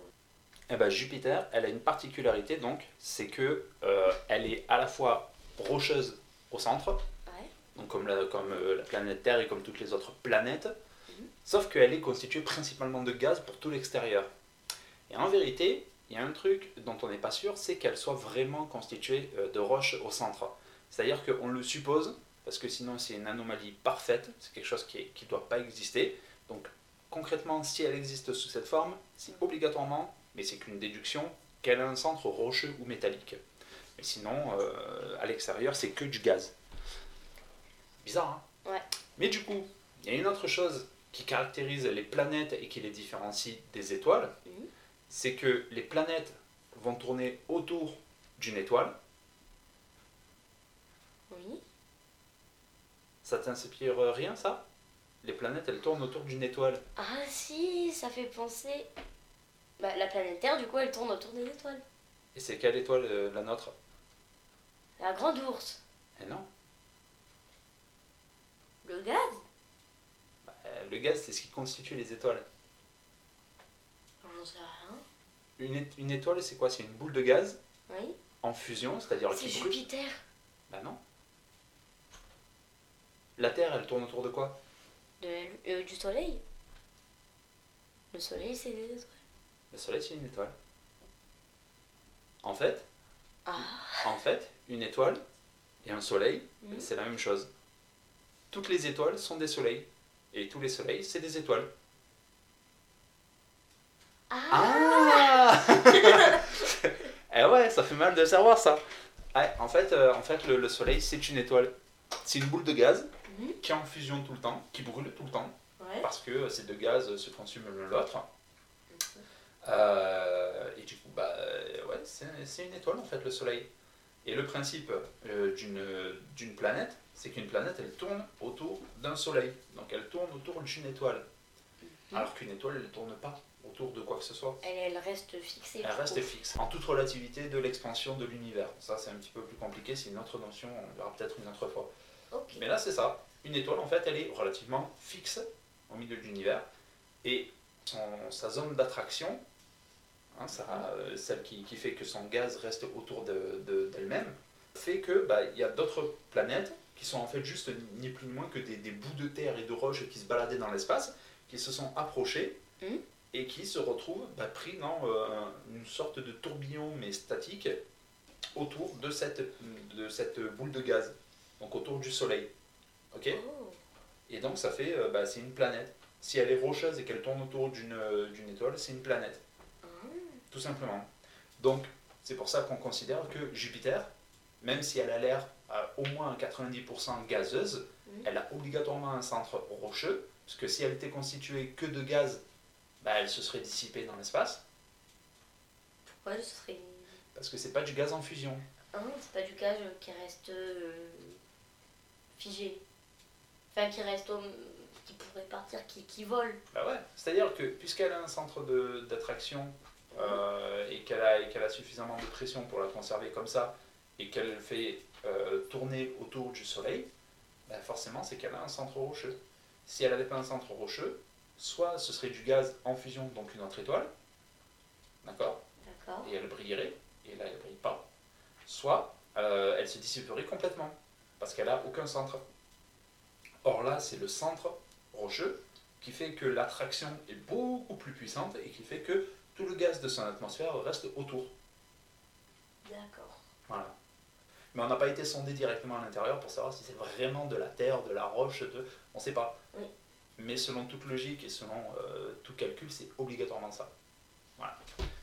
[SPEAKER 2] Eh ben, Jupiter, elle a une particularité donc, c'est que euh, elle est à la fois rocheuse au centre
[SPEAKER 1] Ouais.
[SPEAKER 2] donc comme, la, comme euh, la planète Terre et comme toutes les autres planètes,
[SPEAKER 1] Mhm.
[SPEAKER 2] sauf qu'elle est constituée principalement de gaz pour tout l'extérieur. Et en vérité, il y a un truc dont on n'est pas sûr, c'est qu'elle soit vraiment constituée euh, de roches au centre. C'est-à-dire qu'on le suppose, parce que sinon c'est une anomalie parfaite, c'est quelque chose qui ne doit pas exister. Donc concrètement, si elle existe sous cette forme, c'est obligatoirement, mais c'est qu'une déduction, qu'elle a un centre rocheux ou métallique. Mais sinon, euh, à l'extérieur, c'est que du gaz. Bizarre, hein
[SPEAKER 1] Ouais.
[SPEAKER 2] Mais du coup, il y a une autre chose qui caractérise les planètes et qui les différencie des étoiles,
[SPEAKER 1] Mhm.
[SPEAKER 2] c'est que les planètes vont tourner autour d'une étoile.
[SPEAKER 1] Oui.
[SPEAKER 2] Ça t'inspire euh, rien, ça Les planètes, elles tournent autour d'une étoile.
[SPEAKER 1] Ah si, ça fait penser... Bah, la planète Terre, du coup, elle tourne autour des étoiles.
[SPEAKER 2] Et c'est quelle étoile, euh, la nôtre
[SPEAKER 1] La grande ours.
[SPEAKER 2] Eh non.
[SPEAKER 1] Le gaz
[SPEAKER 2] Euh, le gaz, c'est ce qui constitue les étoiles.
[SPEAKER 1] J'en sais rien.
[SPEAKER 2] Une, é- une étoile, c'est quoi C'est une boule de gaz
[SPEAKER 1] Oui.
[SPEAKER 2] en fusion, c'est-à-dire
[SPEAKER 1] C'est
[SPEAKER 2] qui brûle.
[SPEAKER 1] Jupiter.
[SPEAKER 2] Bah non. La Terre, elle tourne autour de quoi
[SPEAKER 1] De la lu- euh, du soleil. Le soleil, c'est des étoiles.
[SPEAKER 2] Le Soleil, c'est une étoile. En fait,
[SPEAKER 1] Ah.
[SPEAKER 2] En fait, une étoile et un soleil,
[SPEAKER 1] Mhm.
[SPEAKER 2] c'est la même chose. Toutes les étoiles sont des soleils. Et tous les soleils, c'est des étoiles.
[SPEAKER 1] Ah,
[SPEAKER 2] Ah Eh ouais, ça fait mal de savoir ça. Ouais, en fait, euh, en fait le, le soleil, c'est une étoile. C'est une boule de gaz
[SPEAKER 1] Mhm.
[SPEAKER 2] qui est en fusion tout le temps, qui brûle tout le temps,
[SPEAKER 1] Ouais.
[SPEAKER 2] parce que euh, ces deux gaz euh, se consument l'un l'autre. Euh, et du coup, bah, euh, ouais, c'est c'est une étoile en fait, le Soleil. Et le principe euh, d'une d'une planète, c'est qu'une planète, elle tourne autour d'un Soleil. Donc elle tourne autour d'une étoile.
[SPEAKER 1] Mhm.
[SPEAKER 2] Alors qu'une étoile, elle ne tourne pas autour de quoi que ce soit.
[SPEAKER 1] Elle, elle reste fixée.
[SPEAKER 2] Elle
[SPEAKER 1] du
[SPEAKER 2] reste
[SPEAKER 1] coup.
[SPEAKER 2] fixe. En toute relativité de l'expansion de l'univers. Ça, c'est un petit peu plus compliqué, c'est une autre notion, on verra peut-être une autre fois.
[SPEAKER 1] Ok.
[SPEAKER 2] Mais là, c'est ça. Une étoile, en fait, elle est relativement fixe au milieu de l'univers. Et son- sa zone d'attraction, hein, ça, euh, celle qui, qui fait que son gaz reste autour de- de- d'elle-même, fait que bah, il y a d'autres planètes qui sont en fait juste ni- ni plus ni moins que des, des bouts de terre et de roches qui se baladaient dans l'espace, qui se sont approchés
[SPEAKER 1] Mhm.
[SPEAKER 2] et qui se retrouvent bah, pris dans euh, une sorte de tourbillon mais statique autour de cette, de cette boule de gaz, donc autour du Soleil. ok
[SPEAKER 1] Oh.
[SPEAKER 2] et donc ça fait, euh, bah, c'est une planète. Si elle est rocheuse et qu'elle tourne autour d'une euh, d'une étoile, c'est une planète,
[SPEAKER 1] Ah.
[SPEAKER 2] tout simplement. Donc c'est pour ça qu'on considère que Jupiter, même si elle a l'air à au moins 90% gazeuse,
[SPEAKER 1] Mhm.
[SPEAKER 2] elle a obligatoirement un centre rocheux, parce que si elle était constituée que de gaz, bah, elle se serait dissipée dans l'espace,
[SPEAKER 1] Pourquoi ce serait.
[SPEAKER 2] parce que c'est pas du gaz en fusion.
[SPEAKER 1] Ah non, c'est pas du gaz euh, qui reste euh, figé. Enfin, qui reste. au- qui pourrait partir, qui, qui vole.
[SPEAKER 2] Bah ouais, c'est-à-dire que puisqu'elle a un centre de- d'attraction euh, et qu'elle a, et qu'elle a suffisamment de pression pour la conserver comme ça et qu'elle fait euh, tourner autour du soleil, bah forcément c'est qu'elle a un centre rocheux. Si elle n'avait pas un centre rocheux, soit ce serait du gaz en fusion, donc une autre étoile, d'accord,
[SPEAKER 1] D'accord.
[SPEAKER 2] et elle brillerait, et là elle brille pas, soit euh, elle se dissiperait complètement parce qu'elle a aucun centre. Or là, c'est le centre rocheux qui fait que l'attraction est beaucoup plus puissante et qui fait que tout le gaz de son atmosphère reste autour.
[SPEAKER 1] D'accord.
[SPEAKER 2] Voilà. Mais on n'a pas été sondé directement à l'intérieur pour savoir si c'est vraiment de la terre, de la roche, de... on ne sait pas.
[SPEAKER 1] Oui.
[SPEAKER 2] Mais selon toute logique et selon euh, tout calcul, c'est obligatoirement ça. Voilà.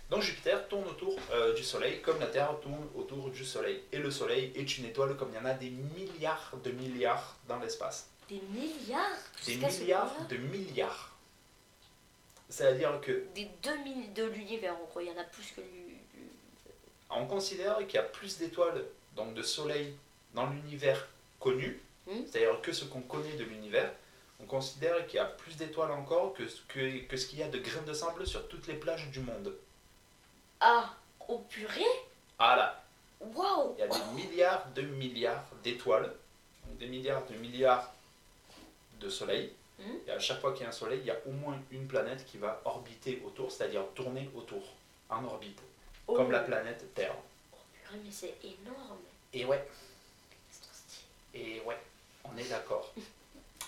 [SPEAKER 2] Donc Jupiter tourne autour euh, du Soleil comme la Terre tourne autour du Soleil. Et le Soleil est une étoile comme il y en a des milliards de milliards dans l'espace.
[SPEAKER 1] Des milliards
[SPEAKER 2] Des
[SPEAKER 1] jusqu'à ce
[SPEAKER 2] milliards
[SPEAKER 1] point-là
[SPEAKER 2] de milliards. C'est-à-dire que
[SPEAKER 1] Des 2000 de l'univers, en gros. Il y en a plus que l'u- l'u-
[SPEAKER 2] on considère qu'il y a plus d'étoiles, donc de soleil, dans l'univers connu,
[SPEAKER 1] Mm.
[SPEAKER 2] c'est-à-dire que ce qu'on connaît de l'univers, on considère qu'il y a plus d'étoiles encore que ce que- que ce qu'il y a de grains de sable sur toutes les plages du monde.
[SPEAKER 1] Ah, au purée
[SPEAKER 2] Ah là,
[SPEAKER 1] Waouh
[SPEAKER 2] Il y a des milliards de milliards d'étoiles, donc des milliards de milliards de soleils.
[SPEAKER 1] Mhm.
[SPEAKER 2] Et à chaque fois qu'il y a un soleil, il y a au moins une planète qui va orbiter autour, c'est-à-dire tourner autour, en orbite,
[SPEAKER 1] Oh.
[SPEAKER 2] comme la planète Terre.
[SPEAKER 1] Oh purée, mais c'est énorme
[SPEAKER 2] Et ouais,
[SPEAKER 1] C'est trop stylé.
[SPEAKER 2] et ouais, on est d'accord.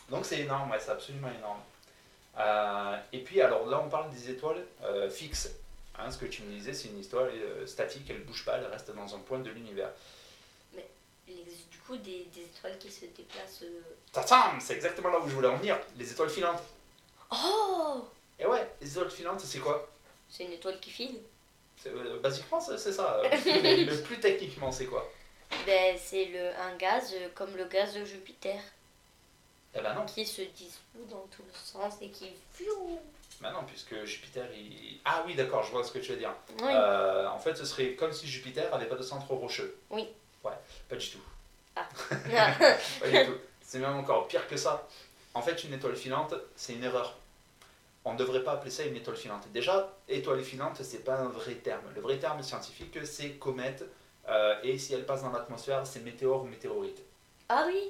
[SPEAKER 2] Donc c'est énorme, ouais, c'est absolument énorme. Euh, et puis alors là, on parle des étoiles euh, fixes. Hein, ce que tu me disais, c'est une étoile euh, statique, elle bouge pas, elle reste dans un point de l'univers.
[SPEAKER 1] Il existe du coup des, des étoiles qui se déplacent. euh.
[SPEAKER 2] Tatam, c'est exactement là où je voulais en venir, les étoiles filantes.
[SPEAKER 1] Oh
[SPEAKER 2] Et ouais, les étoiles filantes, c'est quoi
[SPEAKER 1] C'est une étoile qui file
[SPEAKER 2] C'est, euh, Basiquement, c'est c'est ça. Euh, Mais le plus techniquement, c'est quoi
[SPEAKER 1] Ben, c'est le, un gaz euh, comme le gaz de Jupiter
[SPEAKER 2] Eh ben non.
[SPEAKER 1] qui se dissout dans tous les sens et qui. Fiou
[SPEAKER 2] Bah non, puisque Jupiter, il... Ah oui, d'accord, je vois ce que tu veux dire.
[SPEAKER 1] Oui.
[SPEAKER 2] Euh, en fait, ce serait comme si Jupiter avait pas de centre rocheux.
[SPEAKER 1] Oui.
[SPEAKER 2] Ouais, pas du tout.
[SPEAKER 1] Ah.
[SPEAKER 2] Pas du tout. C'est même encore pire que ça. En fait, une étoile filante, c'est une erreur. On ne devrait pas appeler ça une étoile filante. Déjà, étoile filante, c'est pas un vrai terme. Le vrai terme scientifique, c'est comète. euh, et si elle passe dans l'atmosphère, c'est météore ou météorite.
[SPEAKER 1] ah oui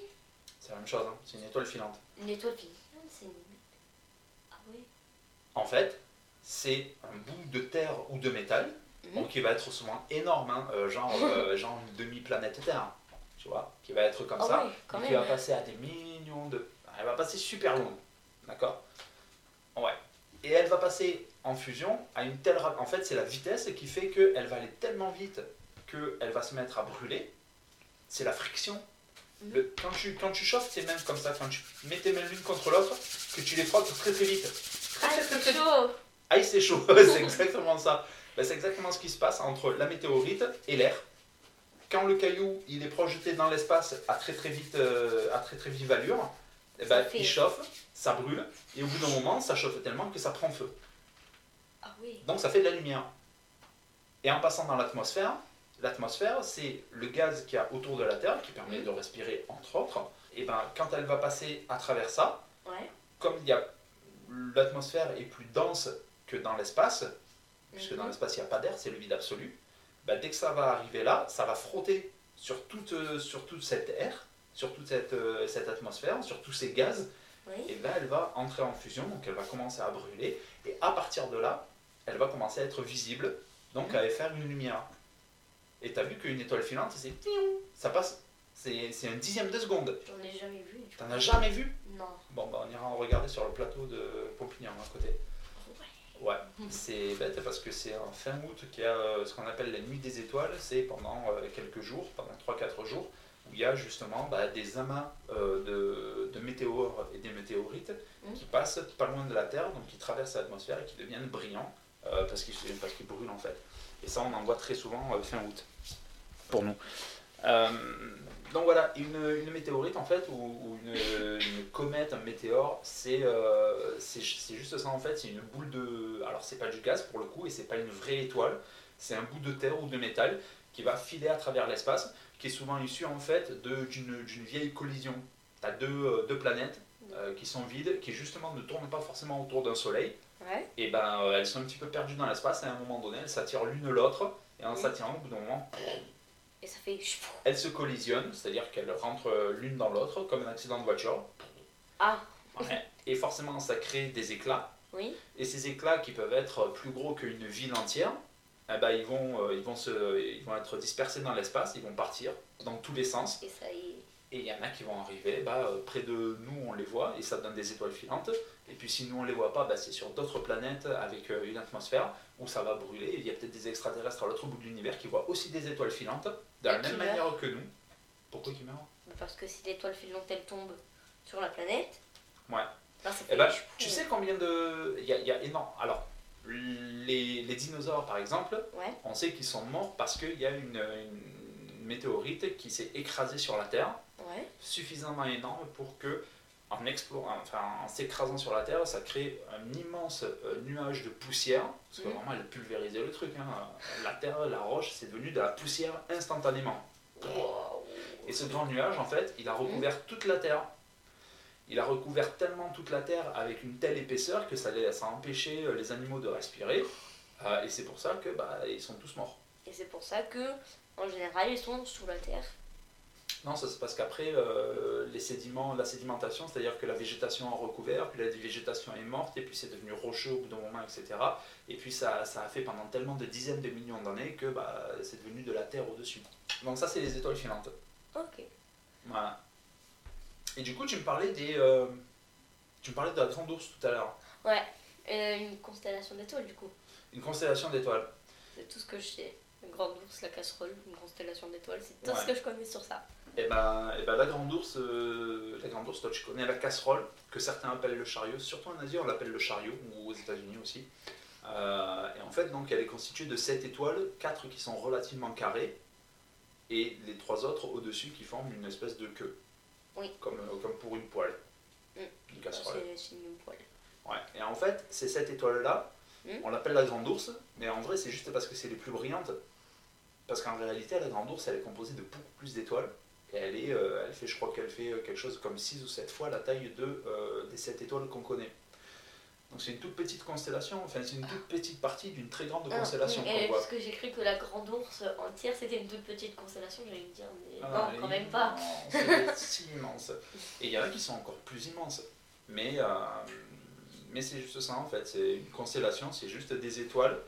[SPEAKER 2] C'est la même chose, hein. c'est une étoile filante.
[SPEAKER 1] Une étoile filante, c'est une. Ah oui
[SPEAKER 2] En fait, c'est un bout de terre ou de métal,
[SPEAKER 1] Mhm.
[SPEAKER 2] donc qui va être souvent énorme, hein, euh, genre, euh, genre une demi-planète Terre, tu vois, qui va être comme
[SPEAKER 1] Ah
[SPEAKER 2] ça,
[SPEAKER 1] ouais, quand
[SPEAKER 2] et qui
[SPEAKER 1] même.
[SPEAKER 2] va passer à des millions de... Elle va passer super loin, d'accord Ouais. Et elle va passer en fusion à une telle... ra- En fait, c'est la vitesse qui fait qu'elle va aller tellement vite qu'elle va se mettre à brûler. C'est la friction.
[SPEAKER 1] Mhm.
[SPEAKER 2] Le- quand, tu, quand tu chauffes tes mains comme ça, quand tu mets tes mains l'une contre l'autre, que tu les frottes très très vite. Très,
[SPEAKER 1] Ah,
[SPEAKER 2] très, très, très
[SPEAKER 1] c'est chaud
[SPEAKER 2] Aïe, c'est Bah, chaud, c'est exactement ça. Ben, c'est exactement ce qui se passe entre la météorite et l'air. quand le caillou il est projeté dans l'espace à très très vite euh, à très très vive allure, eh ben,
[SPEAKER 1] Ça fait-
[SPEAKER 2] il chauffe, ça brûle, et au bout d'un moment ça chauffe tellement que ça prend feu.
[SPEAKER 1] Ah oui.
[SPEAKER 2] Donc ça fait de la lumière. Et en passant dans l'atmosphère, l'atmosphère c'est le gaz qu'il y a autour de la Terre qui permet
[SPEAKER 1] Mhm.
[SPEAKER 2] de respirer entre autres. Et ben quand elle va passer à travers ça,
[SPEAKER 1] Ouais.
[SPEAKER 2] comme il y a- l'atmosphère est plus dense que dans l'espace, puisque dans
[SPEAKER 1] Mhm.
[SPEAKER 2] l'espace il n'y a pas d'air, c'est le vide absolu, bah, dès que ça va arriver là, ça va frotter sur toute, euh, sur toute cette air, sur toute cette, euh, cette atmosphère, sur tous ces gaz,
[SPEAKER 1] Oui.
[SPEAKER 2] et là elle va entrer en fusion, donc elle va commencer à brûler, et à partir de là, elle va commencer à être visible, donc à faire une lumière. Et t'as vu qu'une étoile filante, c'est ça passe, c'est c'est un dixième de seconde.
[SPEAKER 1] J'en ai jamais vu.
[SPEAKER 2] T'en as jamais vu
[SPEAKER 1] Non.
[SPEAKER 2] Bon, bah, on ira en regarder sur le plateau de Pompignan à côté. Ouais, c'est bête parce que c'est en fin août qu'il y a euh, ce qu'on appelle la nuit des étoiles. C'est pendant euh, quelques jours, pendant 3-4 jours, où il y a justement bah, des amas euh, de, de météores et des météorites
[SPEAKER 1] Mhm.
[SPEAKER 2] qui passent pas loin de la Terre, donc qui traversent l'atmosphère et qui deviennent brillants euh, parce qu'ils parce qu'ils brûlent en fait. Et ça, on en voit très souvent euh, fin août pour nous. Euh, donc voilà, une, une météorite en fait, ou, ou une, une comète, un météore, c'est euh, c'est ju- c'est juste ça en fait, c'est une boule de. Alors c'est pas du gaz pour le coup, et c'est pas une vraie étoile, c'est un bout de terre ou de métal qui va filer à travers l'espace, qui est souvent issu en fait de- d'une d'une vieille collision. T'as deux, euh, deux planètes euh, qui sont vides, qui justement ne tournent pas forcément autour d'un soleil,
[SPEAKER 1] Ouais.
[SPEAKER 2] et ben euh, elles sont un petit peu perdues dans l'espace, et à un moment donné elles s'attirent l'une l'autre, et en
[SPEAKER 1] Oui.
[SPEAKER 2] s'attirant au bout d'un moment,
[SPEAKER 1] Et ça fait.
[SPEAKER 2] elles se collisionnent, c'est-à-dire qu'elles rentrent euh, l'une dans l'autre, comme un accident de voiture.
[SPEAKER 1] Ah.
[SPEAKER 2] Ouais. Et forcément, ça crée des éclats.
[SPEAKER 1] Oui.
[SPEAKER 2] Et ces éclats, qui peuvent être plus gros qu'une ville entière, eh ben, ils, vont, euh, ils, vont se, ils vont être dispersés dans l'espace, ils vont partir dans tous les sens.
[SPEAKER 1] Et ça y est.
[SPEAKER 2] Et il y en a qui vont arriver bah, euh, près de nous, on les voit, et ça donne des étoiles filantes. Et puis si nous, on les voit pas, bah, c'est sur d'autres planètes avec euh, une atmosphère où ça va brûler. Et Il y a peut-être des extraterrestres à l'autre bout de l'univers qui voient aussi des étoiles filantes, de la
[SPEAKER 1] Et
[SPEAKER 2] même
[SPEAKER 1] qui
[SPEAKER 2] manière que nous. Pourquoi qui meurent
[SPEAKER 1] Bah, Parce que si l'étoile filante elle tombe sur la planète.
[SPEAKER 2] Ouais.
[SPEAKER 1] ben, ça
[SPEAKER 2] Eh
[SPEAKER 1] fait.
[SPEAKER 2] ben, tu sais combien de. Il y a, il y a énorme. Alors, les, les dinosaures, par exemple,
[SPEAKER 1] Ouais.
[SPEAKER 2] on sait qu'ils sont morts parce qu'il y a une, une météorite qui s'est écrasée sur la Terre,
[SPEAKER 1] euh, Ouais.
[SPEAKER 2] suffisamment énorme pour que, en, explo- enfin, en s'écrasant sur la Terre, ça crée un immense euh, nuage de poussière. Parce que
[SPEAKER 1] Mhm.
[SPEAKER 2] vraiment, elle a pulvérisé le truc. hein. La Terre, la roche, c'est devenu de la poussière instantanément.
[SPEAKER 1] Waouh.
[SPEAKER 2] Et ce grand nuage, en fait, il a recouvert toute la Terre. Il a recouvert tellement toute la Terre avec une telle épaisseur que ça, les- ça a empêché euh, les animaux de respirer. Euh, et c'est pour ça que bah, ils sont tous morts.
[SPEAKER 1] Et c'est pour ça que, en général, ils sont sous la terre.
[SPEAKER 2] Non, ça c'est parce qu'après, euh, les sédiments, la sédimentation, c'est-à-dire que la végétation a recouvert, puis la végétation est morte, et puis c'est devenu rocheux au bout d'un moment, etc. Et puis ça, ça a fait pendant tellement de dizaines de millions d'années que bah, c'est devenu de la Terre au-dessus. Donc ça, c'est les étoiles filantes.
[SPEAKER 1] Ok.
[SPEAKER 2] Voilà. Et du coup, tu me parlais des. euh, tu me parlais de la Grande Ourse tout à l'heure.
[SPEAKER 1] Euh, une constellation d'étoiles, du coup.
[SPEAKER 2] Une constellation d'étoiles.
[SPEAKER 1] C'est tout ce que je sais. Une grande ours, la casserole, une constellation d'étoiles, c'est tout
[SPEAKER 2] Ouais.
[SPEAKER 1] ce que je connais sur ça.
[SPEAKER 2] Et ben, et ben la Grande Ourse, euh, la Grande Ourse, toi tu connais la casserole, que certains appellent le chariot, surtout en Asie on l'appelle le chariot, ou aux États-Unis aussi. Euh, et en fait, donc elle est constituée de 7 étoiles, 4 qui sont relativement carrées, et les trois autres au-dessus qui forment une espèce de queue.
[SPEAKER 1] Oui.
[SPEAKER 2] Comme, euh, comme pour une poêle.
[SPEAKER 1] Mm.
[SPEAKER 2] Une
[SPEAKER 1] Ça,
[SPEAKER 2] casserole.
[SPEAKER 1] C'est c'est une poêle.
[SPEAKER 2] Ouais. Et en fait, ces sept étoiles-là,
[SPEAKER 1] Hmm.
[SPEAKER 2] on l'appelle la Grande Ourse, mais en vrai, c'est juste parce que c'est les plus brillantes. Parce qu'en réalité, la Grande Ourse, elle est composée de beaucoup plus d'étoiles. Et elle, est, euh, elle fait, je crois qu'elle fait euh, quelque chose comme 6 ou 7 fois la taille de, euh, des 7 étoiles qu'on connaît. Donc c'est une toute petite constellation, enfin c'est une toute petite partie d'une très grande
[SPEAKER 1] Ah,
[SPEAKER 2] constellation
[SPEAKER 1] oui,
[SPEAKER 2] qu'on
[SPEAKER 1] eh,
[SPEAKER 2] voit.
[SPEAKER 1] parce que j'ai cru que la grande ours entière c'était une toute petite constellation, j'allais me dire, mais
[SPEAKER 2] Ah,
[SPEAKER 1] non, quand
[SPEAKER 2] immense,
[SPEAKER 1] même pas.
[SPEAKER 2] c'est- C'est immense. Et il y en a qui sont encore plus immenses. Mais, euh, mais c'est juste ça en fait. C'est une constellation, c'est juste des étoiles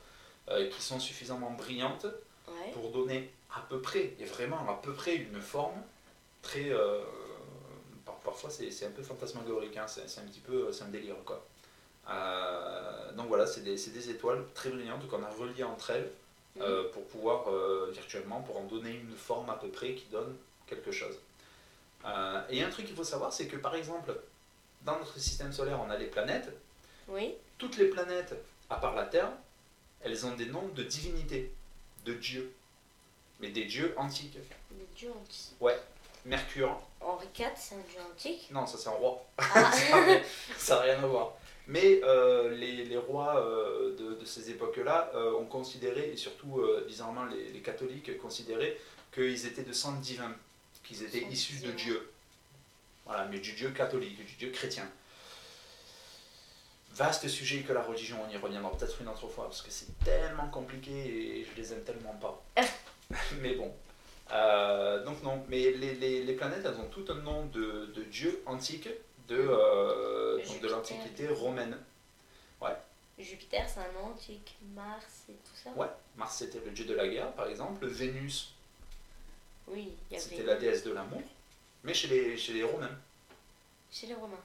[SPEAKER 2] euh, qui sont suffisamment brillantes
[SPEAKER 1] Ouais.
[SPEAKER 2] pour donner à peu près, et vraiment à peu près, une forme très. euh, par- parfois c'est c'est un peu fantasmagorique, hein, c'est c'est un petit peu. C'est un délire quoi. Euh, donc voilà, c'est des, c'est des étoiles très brillantes qu'on a reliées entre elles euh, pour pouvoir euh, virtuellement pour en donner une forme à peu près qui donne quelque chose. Euh, et un truc qu'il faut savoir, c'est que par exemple, dans notre système solaire, on a les planètes.
[SPEAKER 1] Oui.
[SPEAKER 2] Toutes les planètes, à part la Terre, elles ont des noms de divinités, de dieux. mais des dieux antiques.
[SPEAKER 1] Le dieu antique.
[SPEAKER 2] Mercure,
[SPEAKER 1] Henri IV, c'est un dieu antique.
[SPEAKER 2] non, ça c'est un roi,
[SPEAKER 1] Ah,
[SPEAKER 2] ça n'a rien à voir. Mais euh, les, les rois euh, de, de ces époques-là euh, ont considéré, et surtout euh, bizarrement les, les catholiques considéraient, qu'ils étaient de sang divin, qu'ils étaient
[SPEAKER 1] Sang
[SPEAKER 2] issus de
[SPEAKER 1] divin.
[SPEAKER 2] Dieu. Voilà, mais du Dieu catholique, du Dieu chrétien. Vaste sujet que la religion, on y reviendra peut-être une autre fois, parce que c'est tellement compliqué et je les aime tellement pas. mais bon. Euh, donc non, mais les, les- les planètes, elles ont tout un nom de, de dieu antique de, euh, donc de
[SPEAKER 1] Jupiter.
[SPEAKER 2] l'antiquité romaine.
[SPEAKER 1] Jupiter, c'est un nom antique. Mars et tout ça.
[SPEAKER 2] Ouais, Mars c'était le dieu de la guerre par exemple, Vénus
[SPEAKER 1] Oui, il y
[SPEAKER 2] c'était
[SPEAKER 1] avait.
[SPEAKER 2] la déesse de l'amour, mais chez les, chez les Romains.
[SPEAKER 1] Chez les Romains.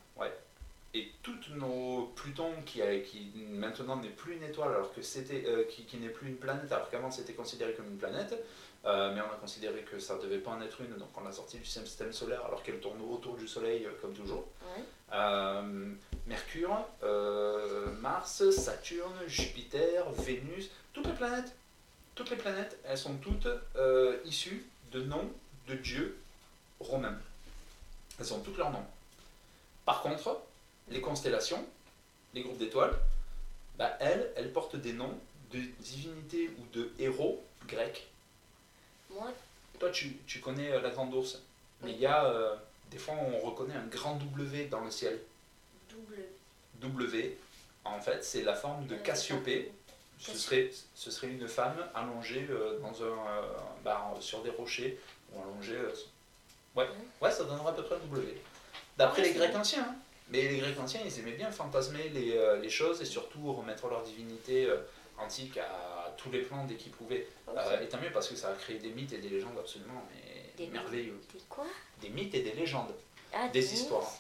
[SPEAKER 2] Et toutes nos Pluton qui, a- qui maintenant n'est plus une étoile alors que c'était euh, qui, qui n'est plus une planète alors qu'avant c'était considéré comme une planète, euh, mais on a considéré que ça devait pas en être une donc on l'a sortie du système solaire alors qu'elle tourne autour du Soleil euh, comme toujours.
[SPEAKER 1] Ouais.
[SPEAKER 2] Euh, Mercure, euh, Mars, Saturne, Jupiter, Vénus, toutes les planètes, toutes les planètes, elles sont toutes euh, issues de noms de dieux romains. Elles ont toutes leurs noms. Par contre, les constellations, les groupes d'étoiles, bah, elles, elles portent des noms de divinités ou de héros grecs.
[SPEAKER 1] Moi,
[SPEAKER 2] Toi, tu, tu connais euh, la Grande Ourse, mais
[SPEAKER 1] Oui.
[SPEAKER 2] il y a euh, des fois on reconnaît un grand W dans le ciel.
[SPEAKER 1] double.
[SPEAKER 2] W, en fait, c'est la forme de
[SPEAKER 1] euh,
[SPEAKER 2] Cassiopée. Ce serait, ce serait une femme allongée euh, dans un, euh, bah, sur des rochers ou allongée. euh, sur- ouais.
[SPEAKER 1] Ouais.
[SPEAKER 2] ouais, ça donnera à peu près un W. D'après
[SPEAKER 1] Ouais,
[SPEAKER 2] les
[SPEAKER 1] c'est
[SPEAKER 2] Grecs
[SPEAKER 1] bon.
[SPEAKER 2] anciens. hein. Mais les Grecs anciens, ils aimaient bien fantasmer les, euh, les choses et surtout remettre leur divinité euh, antique à tous les plans dès qu'ils pouvaient.
[SPEAKER 1] Ok.
[SPEAKER 2] Euh, et tant mieux parce que ça a créé des mythes et des légendes absolument mais
[SPEAKER 1] Des mythes.
[SPEAKER 2] merveilleux.
[SPEAKER 1] Des quoi
[SPEAKER 2] Des mythes et des légendes.
[SPEAKER 1] Ah,
[SPEAKER 2] Des
[SPEAKER 1] mythes.
[SPEAKER 2] histoires.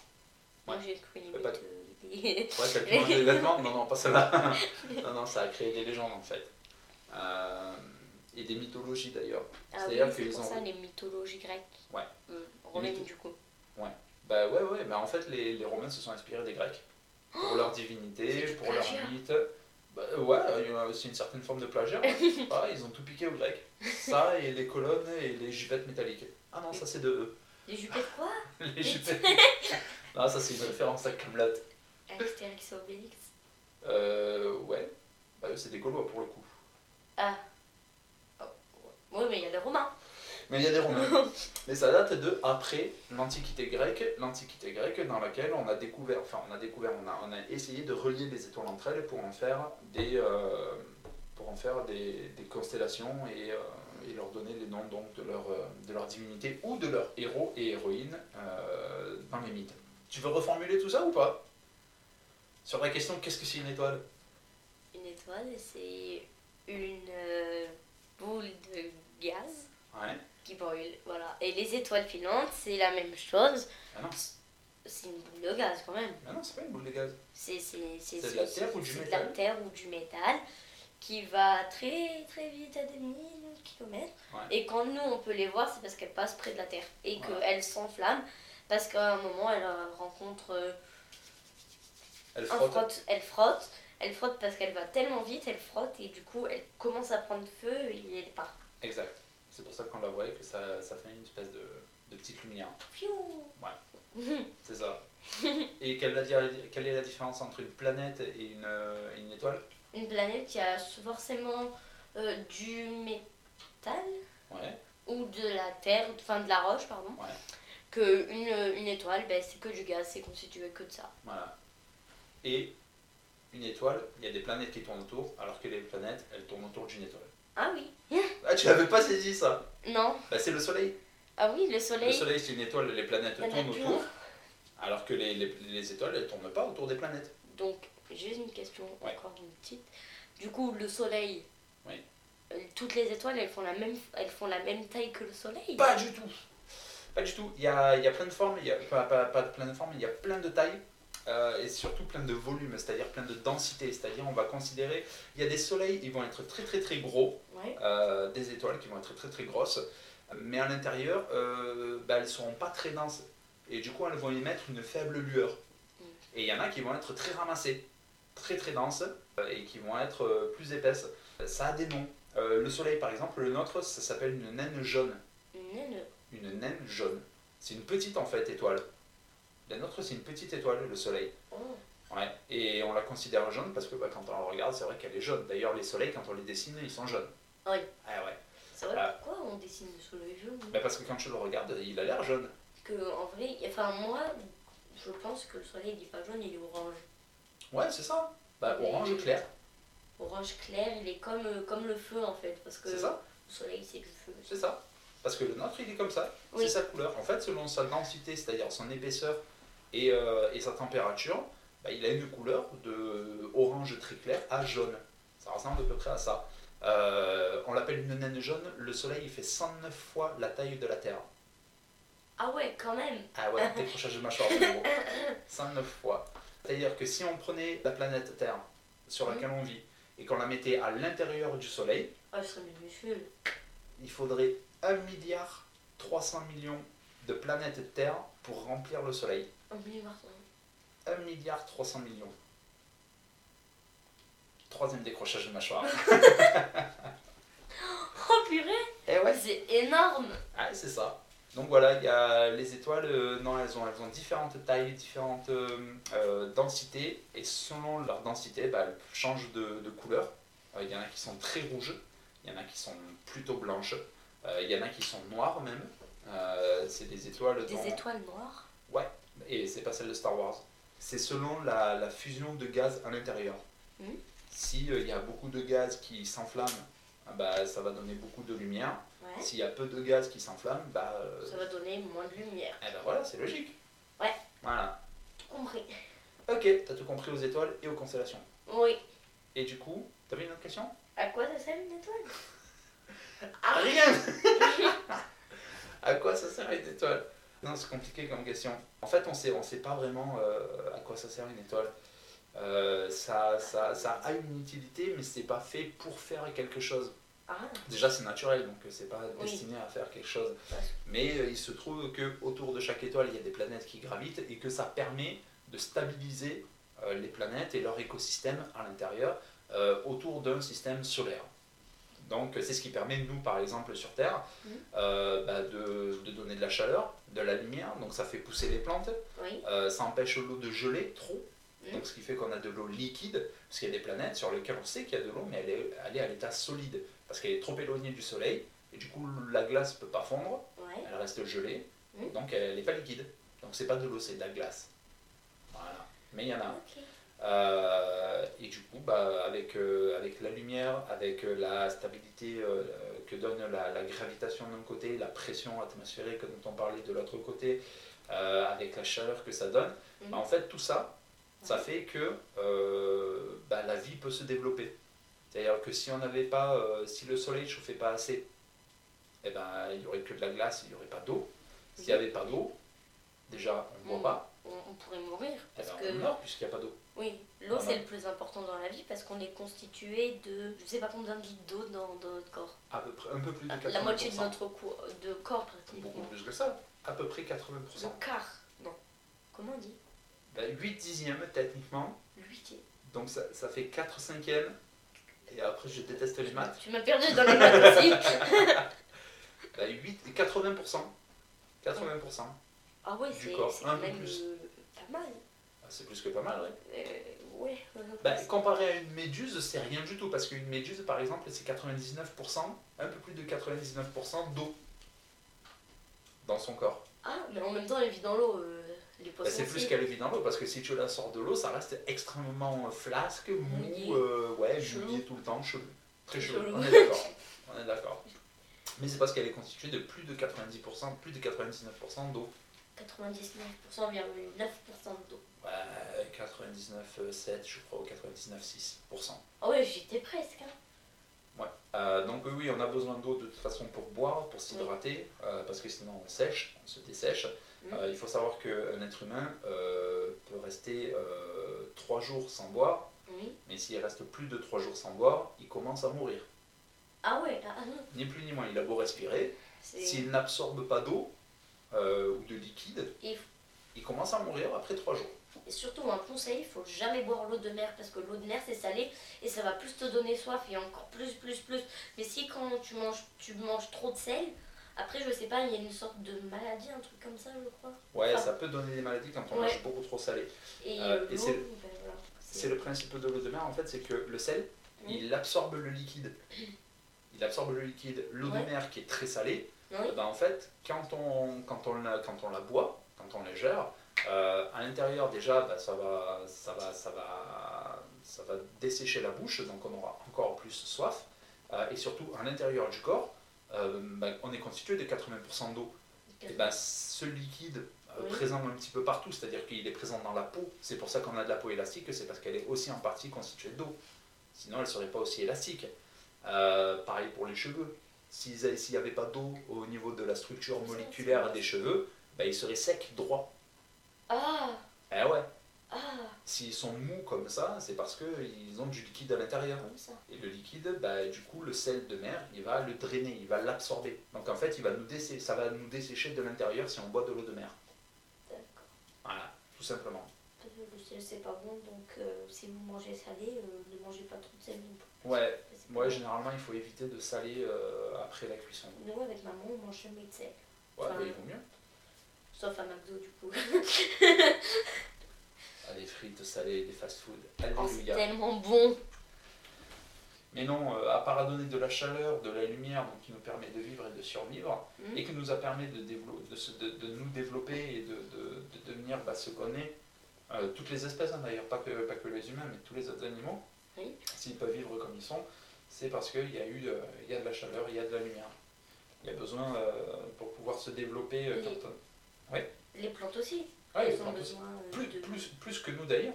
[SPEAKER 1] Moi, j'ai cru les
[SPEAKER 2] Euh, pas-
[SPEAKER 1] mythes, euh, des-
[SPEAKER 2] Ouais, t'as pu manger des vêtements Non, non, pas celle-là. non, non, ça a créé des légendes en fait. Euh, et des mythologies d'ailleurs.
[SPEAKER 1] Ah oui,
[SPEAKER 2] C'est-à-dire
[SPEAKER 1] c'est
[SPEAKER 2] qu'ils
[SPEAKER 1] pour
[SPEAKER 2] ont-
[SPEAKER 1] ça les mythologies grecques.
[SPEAKER 2] Ouais.
[SPEAKER 1] Euh, romaines,
[SPEAKER 2] mytho-
[SPEAKER 1] du coup.
[SPEAKER 2] Bah ouais, ouais, mais en fait, les, les Romains se sont inspirés des Grecs. Pour leur
[SPEAKER 1] c'est
[SPEAKER 2] divinité,
[SPEAKER 1] du
[SPEAKER 2] pour leur
[SPEAKER 1] plagiat.
[SPEAKER 2] mythe. Bah ouais, il y a aussi une certaine forme de plagiat. ouais. Ah, ils ont tout piqué aux Grecs. Ça et les colonnes et les juvettes métalliques. Ah non, ça c'est de eux.
[SPEAKER 1] Les jupes de quoi
[SPEAKER 2] Les juvettes. non, ça c'est une référence à Camelot.
[SPEAKER 1] Astérix et Obélix.
[SPEAKER 2] Euh, ouais. Bah eux, c'est des Gaulois pour le coup.
[SPEAKER 1] Ah. Oh, ouais. Oui, mais il y a des Romains.
[SPEAKER 2] Mais il y a des Romains. Mais ça date de après l'Antiquité grecque, l'Antiquité grecque dans laquelle on a découvert, enfin on a découvert, on a, on a essayé de relier les étoiles entre elles pour en faire des, euh, pour en faire des, des constellations et, euh, et leur donner les noms donc de leur, euh, de leur divinité ou de leurs héros et héroïnes euh, dans les mythes. Tu veux reformuler tout ça ou pas Sur la question qu'est-ce que c'est une étoile
[SPEAKER 1] Une étoile, c'est une euh, boule de gaz
[SPEAKER 2] Ouais.
[SPEAKER 1] qui brûle. Voilà. Et les étoiles filantes, c'est la même chose.
[SPEAKER 2] Ah non,
[SPEAKER 1] C'est une boule de gaz quand même.
[SPEAKER 2] ah non c'est pas une boule de gaz.
[SPEAKER 1] C'est c'est- c'est-
[SPEAKER 2] C'est de la
[SPEAKER 1] c'est-
[SPEAKER 2] terre ou du
[SPEAKER 1] c'est de
[SPEAKER 2] métal
[SPEAKER 1] la terre ou du métal qui va très très vite à des millions de kilomètres.
[SPEAKER 2] Ouais.
[SPEAKER 1] Et quand nous on peut les voir, c'est parce qu'elles passent près de la terre et
[SPEAKER 2] Ouais.
[SPEAKER 1] qu'elles s'enflamment parce qu'à un moment elles euh, rencontrent euh,
[SPEAKER 2] Elle
[SPEAKER 1] un
[SPEAKER 2] frotte.
[SPEAKER 1] Ah, frotte, elle frotte, elle frotte parce qu'elle va tellement vite, elle frotte et du coup elle commence à prendre feu et elle part.
[SPEAKER 2] Exact. C'est pour ça qu'on la voit et que ça, ça fait une espèce de, de petite lumière.
[SPEAKER 1] Piou
[SPEAKER 2] C'est ça. Et quelle, la di- quelle est la différence entre une planète et une, euh, une étoile
[SPEAKER 1] Une planète qui a forcément euh, du métal
[SPEAKER 2] Ouais.
[SPEAKER 1] ou de la terre, enfin de la roche, pardon,
[SPEAKER 2] Ouais.
[SPEAKER 1] que une, une étoile, ben, c'est que du gaz, c'est constitué que de ça.
[SPEAKER 2] Voilà. Et une étoile, il y a des planètes qui tournent autour, alors que les planètes, elles tournent autour d'une étoile.
[SPEAKER 1] Ah oui
[SPEAKER 2] Ah, tu l'avais pas saisi ça
[SPEAKER 1] Non
[SPEAKER 2] Bah, c'est le Soleil.
[SPEAKER 1] Ah oui, le
[SPEAKER 2] Le
[SPEAKER 1] soleil,
[SPEAKER 2] Soleil, c'est une étoile, les planètes
[SPEAKER 1] la
[SPEAKER 2] tournent
[SPEAKER 1] nature.
[SPEAKER 2] autour, alors que les, les- les étoiles, elles tournent pas autour des planètes.
[SPEAKER 1] Donc, j'ai une question,
[SPEAKER 2] Ouais.
[SPEAKER 1] encore une petite. Du coup, le soleil,
[SPEAKER 2] Oui.
[SPEAKER 1] euh, toutes les étoiles, elles font, la même, elles font la même taille que le soleil
[SPEAKER 2] Pas du tout Pas du tout. Il y a, il y a plein de formes, il y a, pas, pas- pas de plein de formes, il y a plein de tailles. euh, et surtout plein de volume, c'est-à-dire plein de densité. C'est-à-dire, on va considérer, il y a des soleils, ils vont être très très très gros,
[SPEAKER 1] Ouais.
[SPEAKER 2] euh, des étoiles qui vont être très très grosses, mais à l'intérieur, euh, bah, elles ne seront pas très denses. Et du coup, elles vont émettre une faible lueur.
[SPEAKER 1] Mm.
[SPEAKER 2] Et il y en a qui vont être très ramassées, très très denses, euh, et qui vont être euh, plus épaisses. Ça a des noms. Euh, Euh, le soleil, par exemple, le nôtre, ça s'appelle une naine jaune.
[SPEAKER 1] Une naine.
[SPEAKER 2] Une naine jaune. C'est une petite, en fait, étoile. La nôtre, c'est une petite étoile, le soleil.
[SPEAKER 1] Oh.
[SPEAKER 2] Ouais. Et on la considère jaune parce que bah, quand on la regarde, c'est vrai qu'elle est jaune. D'ailleurs, les soleils, quand on les dessine, ils sont jaunes.
[SPEAKER 1] Ah oui.
[SPEAKER 2] Ah ouais.
[SPEAKER 1] C'est vrai,
[SPEAKER 2] Ah.
[SPEAKER 1] pourquoi on dessine le soleil jaune
[SPEAKER 2] Bah, parce que quand je le regarde, il a l'air jaune.
[SPEAKER 1] Parce que, en vrai, y- enfin, moi, je pense que le soleil il est pas jaune, il est orange.
[SPEAKER 2] Ouais, c'est ça. Bah, orange clair.
[SPEAKER 1] Orange clair, il est comme, euh, comme le feu en fait. Parce que
[SPEAKER 2] C'est ça.
[SPEAKER 1] le soleil, c'est du feu.
[SPEAKER 2] C'est ça. Parce que le nôtre, il est comme ça.
[SPEAKER 1] Oui.
[SPEAKER 2] C'est sa couleur. En fait, selon sa densité, c'est-à-dire son épaisseur et, euh, et sa température, bah, il a une couleur de orange très clair à jaune. Ça ressemble à peu près à ça. Euh, on l'appelle une naine jaune. Le soleil, il fait 109 fois la taille de la Terre.
[SPEAKER 1] Ah ouais, quand même
[SPEAKER 2] Ah ouais, décrochage de mâchoire, c'est gros. 109 fois. C'est-à-dire que si on prenait la planète Terre, sur laquelle on vit, et qu'on la mettait à l'intérieur du soleil,
[SPEAKER 1] Ah, je serais minuscule.
[SPEAKER 2] il faudrait 1 milliard 300 millions de planètes Terre pour remplir le Soleil.
[SPEAKER 1] Un milliard. hein.
[SPEAKER 2] 1 milliard 300 millions. Troisième décrochage de mâchoire.
[SPEAKER 1] Oh purée
[SPEAKER 2] Eh ouais,
[SPEAKER 1] C'est énorme
[SPEAKER 2] Ah, c'est ça. Donc voilà, il y a les étoiles, euh, non, elles ont, elles ont différentes tailles, différentes euh, euh, densités, et selon leur densité, bah, elles changent de, de couleur. Euh, Il y en a qui sont très rouges, il y en a qui sont plutôt blanches, euh, il y en a qui sont noires même. Euh, c'est des étoiles dont-
[SPEAKER 1] Des étoiles noires
[SPEAKER 2] et c'est pas celle de Star Wars. C'est selon la, la fusion de gaz à l'intérieur.
[SPEAKER 1] Mhm.
[SPEAKER 2] S'il y a beaucoup de gaz qui s'enflamme, ah bah, ça va donner beaucoup de lumière.
[SPEAKER 1] Ouais.
[SPEAKER 2] S'il y a peu de gaz qui s'enflamme, bah, euh,
[SPEAKER 1] Ça va donner moins de lumière.
[SPEAKER 2] eh ben voilà, c'est logique.
[SPEAKER 1] Ouais.
[SPEAKER 2] Voilà.
[SPEAKER 1] Tout compris.
[SPEAKER 2] Ok, t'as tout compris aux étoiles et aux constellations.
[SPEAKER 1] Oui.
[SPEAKER 2] Et du coup, t'avais une autre question
[SPEAKER 1] À quoi ça sert une étoile
[SPEAKER 2] Ah, rien À quoi ça sert une étoile Non, c'est compliqué comme question. En fait, on sait, on sait pas vraiment euh, à quoi ça sert une étoile. Euh, ça, ça, ça a une utilité, mais c'est pas fait pour faire quelque chose.
[SPEAKER 1] Ah,
[SPEAKER 2] Déjà, c'est naturel, donc euh, c'est pas
[SPEAKER 1] Oui.
[SPEAKER 2] destiné à faire quelque chose.
[SPEAKER 1] Ouais.
[SPEAKER 2] Mais euh, il se trouve que autour de chaque étoile, il y a des planètes qui gravitent et que ça permet de stabiliser euh, les planètes et leur écosystème à l'intérieur euh, autour d'un système solaire. Donc euh, c'est ce qui permet, nous, par exemple, sur Terre,
[SPEAKER 1] Mhm.
[SPEAKER 2] euh, bah, de, de donner de la chaleur, de la lumière, donc ça fait pousser les plantes,
[SPEAKER 1] oui.
[SPEAKER 2] Euh, ça empêche l'eau de geler trop,
[SPEAKER 1] Mhm.
[SPEAKER 2] donc ce qui fait qu'on a de l'eau liquide, parce qu'il y a des planètes sur lesquelles on sait qu'il y a de l'eau, mais elle est, elle est à l'état solide, parce qu'elle est trop éloignée du Soleil, et du coup la glace peut pas fondre,
[SPEAKER 1] Ouais.
[SPEAKER 2] elle reste gelée,
[SPEAKER 1] Mhm.
[SPEAKER 2] donc elle n'est pas liquide. Donc c'est pas de l'eau, c'est de la glace. Voilà. Mais il y en a un.
[SPEAKER 1] Ok.
[SPEAKER 2] Euh, et du coup, bah, avec, euh, avec la lumière, avec euh, la stabilité euh, que donne la, la gravitation d'un côté, la pression atmosphérique dont on parlait de l'autre côté, euh, avec la chaleur que ça donne,
[SPEAKER 1] Mhm.
[SPEAKER 2] bah, en fait, tout ça, ça
[SPEAKER 1] Ouais.
[SPEAKER 2] fait que euh, bah, la vie peut se développer. C'est-à-dire que si on n'avait pas, euh, si le soleil ne chauffait pas assez, eh ben, il n'y aurait que de la glace, il n'y aurait pas d'eau. S'il n'y
[SPEAKER 1] Mhm.
[SPEAKER 2] avait pas d'eau, déjà, on ne
[SPEAKER 1] Mhm.
[SPEAKER 2] boit pas,
[SPEAKER 1] On, on pourrait mourir.
[SPEAKER 2] eh
[SPEAKER 1] Parce
[SPEAKER 2] ben,
[SPEAKER 1] que.
[SPEAKER 2] on meurt puisqu'il n'y a pas d'eau.
[SPEAKER 1] Oui, l'eau
[SPEAKER 2] Voilà.
[SPEAKER 1] c'est le plus important dans la vie parce qu'on est constitué de je sais pas combien de litres d'eau dans, dans notre corps.
[SPEAKER 2] À peu près, un peu plus de 80%.
[SPEAKER 1] La moitié de notre cou- de corps pratiquement.
[SPEAKER 2] Beaucoup plus que ça, à peu près 80%.
[SPEAKER 1] Le quart, non. Comment on dit
[SPEAKER 2] Bah, 8 dixièmes techniquement,
[SPEAKER 1] Huit. et-
[SPEAKER 2] donc ça, ça fait 4 cinquièmes. Et après, je déteste les maths.
[SPEAKER 1] Tu m'as perdu dans les maths aussi.
[SPEAKER 2] Bah, 8, 80%. 80%.
[SPEAKER 1] Ah ouais,
[SPEAKER 2] Du
[SPEAKER 1] c'est
[SPEAKER 2] corps,
[SPEAKER 1] c'est
[SPEAKER 2] un
[SPEAKER 1] quand
[SPEAKER 2] peu
[SPEAKER 1] même
[SPEAKER 2] plus.
[SPEAKER 1] euh, pas mal.
[SPEAKER 2] Ah, C'est plus que pas mal, ouais.
[SPEAKER 1] Euh, ouais. ouais, ouais.
[SPEAKER 2] Bah, comparé à une méduse, c'est rien du tout. Parce qu'une méduse, par exemple, c'est 99%, un peu plus de 99% d'eau dans son corps.
[SPEAKER 1] ah, mais en même temps elle vit dans l'eau. euh, les
[SPEAKER 2] Bah,
[SPEAKER 1] poissons.
[SPEAKER 2] c'est plus
[SPEAKER 1] aussi.
[SPEAKER 2] qu'elle vit dans l'eau. Parce que si tu la sors de l'eau, ça reste extrêmement euh, flasque,
[SPEAKER 1] Mouillé.
[SPEAKER 2] mou, euh, ouais,
[SPEAKER 1] Chelou.
[SPEAKER 2] mouillé tout le temps, chelou. Très
[SPEAKER 1] Chelou.
[SPEAKER 2] chelou. On est d'accord. On est d'accord. Mais c'est parce qu'elle est constituée de plus de 90%, plus de 99% d'eau.
[SPEAKER 1] 99,9% d'eau.
[SPEAKER 2] Ouais, 99,7 euh, je crois, ou 99,6%.
[SPEAKER 1] Ah ouais, j'étais presque. hein.
[SPEAKER 2] Euh, donc oui, oui, on a besoin d'eau de toute façon pour boire,
[SPEAKER 1] Mm.
[SPEAKER 2] pour s'hydrater, euh, parce que sinon on sèche, on se dessèche.
[SPEAKER 1] Mhm.
[SPEAKER 2] Euh, il faut savoir qu'un être humain euh, peut rester 3 jours sans boire,
[SPEAKER 1] Oui.
[SPEAKER 2] mais s'il reste plus de 3 jours sans boire, il commence à mourir.
[SPEAKER 1] Ah ouais, ah, ah non.
[SPEAKER 2] Ni plus ni moins, il a beau respirer,
[SPEAKER 1] c'est-
[SPEAKER 2] s'il n'absorbe pas d'eau euh, ou de liquide,
[SPEAKER 1] Il
[SPEAKER 2] il commence à mourir après 3 jours.
[SPEAKER 1] Et surtout, un conseil, il faut jamais boire l'eau de mer parce que l'eau de mer c'est salé et ça va plus te donner soif et encore plus, plus, plus. Mais si quand tu manges, tu manges trop de sel, après je sais pas, il y a une sorte de maladie, un truc comme ça, je crois.
[SPEAKER 2] Ouais,
[SPEAKER 1] Enfin,
[SPEAKER 2] ça peut donner des maladies quand on
[SPEAKER 1] Ouais.
[SPEAKER 2] mange beaucoup trop salé.
[SPEAKER 1] Et,
[SPEAKER 2] Euh,
[SPEAKER 1] l'eau,
[SPEAKER 2] et c'est-
[SPEAKER 1] ben, voilà, c'est-
[SPEAKER 2] C'est le principe de l'eau de mer en fait, c'est que le sel,
[SPEAKER 1] Oui.
[SPEAKER 2] il absorbe le liquide. Il absorbe le liquide. L'eau
[SPEAKER 1] Ouais.
[SPEAKER 2] de mer qui est très salée,
[SPEAKER 1] Oui.
[SPEAKER 2] Eh ben, en fait, quand on, quand, on la, quand on la boit, quand on la gère, euh, à l'intérieur déjà, bah, ça, va, ça, va, ça, va, ça va dessécher la bouche, donc on aura encore plus soif. Euh, et surtout, à l'intérieur du corps, euh, bah, on est constitué de 80% d'eau. Et ben, ce liquide euh,
[SPEAKER 1] Oui.
[SPEAKER 2] présent un petit peu partout, c'est-à-dire qu'il est présent dans la peau. C'est pour ça qu'on a de la peau élastique, c'est parce qu'elle est aussi en partie constituée d'eau. Sinon, elle ne serait pas aussi élastique. Euh, pareil pour les cheveux. S'ils a- S'il n'y avait pas d'eau au niveau de la structure
[SPEAKER 1] Oui, ça, c'est
[SPEAKER 2] moléculaire
[SPEAKER 1] vrai.
[SPEAKER 2] des cheveux, ben, ils seraient secs, droits.
[SPEAKER 1] Ah,
[SPEAKER 2] Eh ouais.
[SPEAKER 1] ah,
[SPEAKER 2] S'ils sont mous comme ça, c'est parce qu'ils ont du liquide à l'intérieur.
[SPEAKER 1] comme ça.
[SPEAKER 2] Et le liquide, bah, du coup, le sel de mer, il va le drainer, il va l'absorber. Donc en fait, il va nous dessé- ça va nous dessécher de l'intérieur si on boit de l'eau de mer.
[SPEAKER 1] D'accord.
[SPEAKER 2] Voilà, tout simplement.
[SPEAKER 1] Parce que Le sel c'est pas bon, donc euh, si vous mangez salé, euh, ne mangez pas trop de sel non plus.
[SPEAKER 2] Ouais,
[SPEAKER 1] Parce que-
[SPEAKER 2] moi généralement, il faut éviter de saler euh, après la cuisson.
[SPEAKER 1] Nous avec maman, on mange jamais de sel.
[SPEAKER 2] Ouais,
[SPEAKER 1] Enfin,
[SPEAKER 2] bah, il vaut mieux.
[SPEAKER 1] Sauf à McDo du coup.
[SPEAKER 2] Ah, des frites salées, des fast-food.
[SPEAKER 1] Oh, c'est
[SPEAKER 2] Alléluia.
[SPEAKER 1] tellement bon.
[SPEAKER 2] Mais non, euh, à part à donner de la chaleur, de la lumière, donc qui nous permet de vivre et de survivre,
[SPEAKER 1] Mm.
[SPEAKER 2] et qui nous a permis de, dévelop- de, se- de- de nous développer et de, de- de devenir bah, ce qu'on est, euh, toutes les espèces hein, d'ailleurs, pas que, pas que les humains, mais tous les autres animaux,
[SPEAKER 1] Oui.
[SPEAKER 2] s'ils peuvent vivre comme ils sont, c'est parce qu'il y, a eu, euh, il y a de la chaleur, il y a de la lumière. Il y a besoin euh, pour pouvoir se développer. euh,
[SPEAKER 1] Oui.
[SPEAKER 2] quand on-
[SPEAKER 1] Les plantes aussi.
[SPEAKER 2] Ouais,
[SPEAKER 1] elles
[SPEAKER 2] les
[SPEAKER 1] ont
[SPEAKER 2] plantes aussi.
[SPEAKER 1] besoin euh,
[SPEAKER 2] Ah plus,
[SPEAKER 1] de.
[SPEAKER 2] plus, plus que nous d'ailleurs,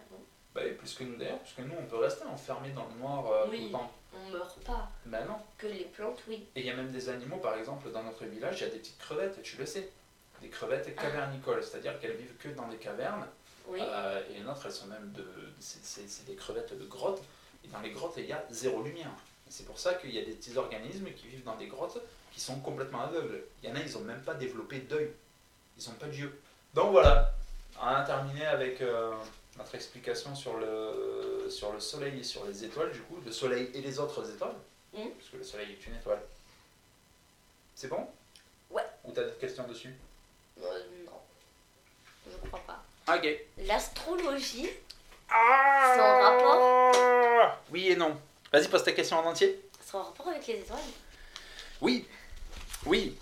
[SPEAKER 1] Ah bon
[SPEAKER 2] bah, et plus que nous d'ailleurs, parce que nous on peut rester enfermés dans le noir euh,
[SPEAKER 1] Oui.
[SPEAKER 2] tout le temps.
[SPEAKER 1] On meurt pas.
[SPEAKER 2] Bah non.
[SPEAKER 1] Que les plantes, oui.
[SPEAKER 2] Et il y a même des animaux, par exemple, dans notre village, il y a des petites crevettes, tu le sais. Des crevettes cavernicoles, c'est-à-dire qu'elles vivent que dans des cavernes.
[SPEAKER 1] Oui.
[SPEAKER 2] Euh, et une autre, elles sont même de. C'est c'est- c'est des crevettes de grottes. Et dans les grottes, il y a zéro lumière. Et C'est pour ça qu'il y a des petits organismes qui vivent dans des grottes qui sont complètement aveugles. Il y en a, ils n'ont même pas développé d'œil. Ils n'ont pas d'yeux. Donc voilà, on a terminé avec euh, notre explication sur le, sur le soleil et sur les étoiles, du coup, le soleil et les autres étoiles,
[SPEAKER 1] Mhm.
[SPEAKER 2] parce que le soleil est une étoile. C'est bon
[SPEAKER 1] Ouais.
[SPEAKER 2] Ou t'as d'autres questions dessus
[SPEAKER 1] Euh, non. Je crois pas.
[SPEAKER 2] Ok.
[SPEAKER 1] L'astrologie.
[SPEAKER 2] Ah
[SPEAKER 1] Sans
[SPEAKER 2] rapport Oui et non. Vas-y, pose ta question en entier.
[SPEAKER 1] C'est en rapport avec les étoiles.
[SPEAKER 2] Oui. Oui.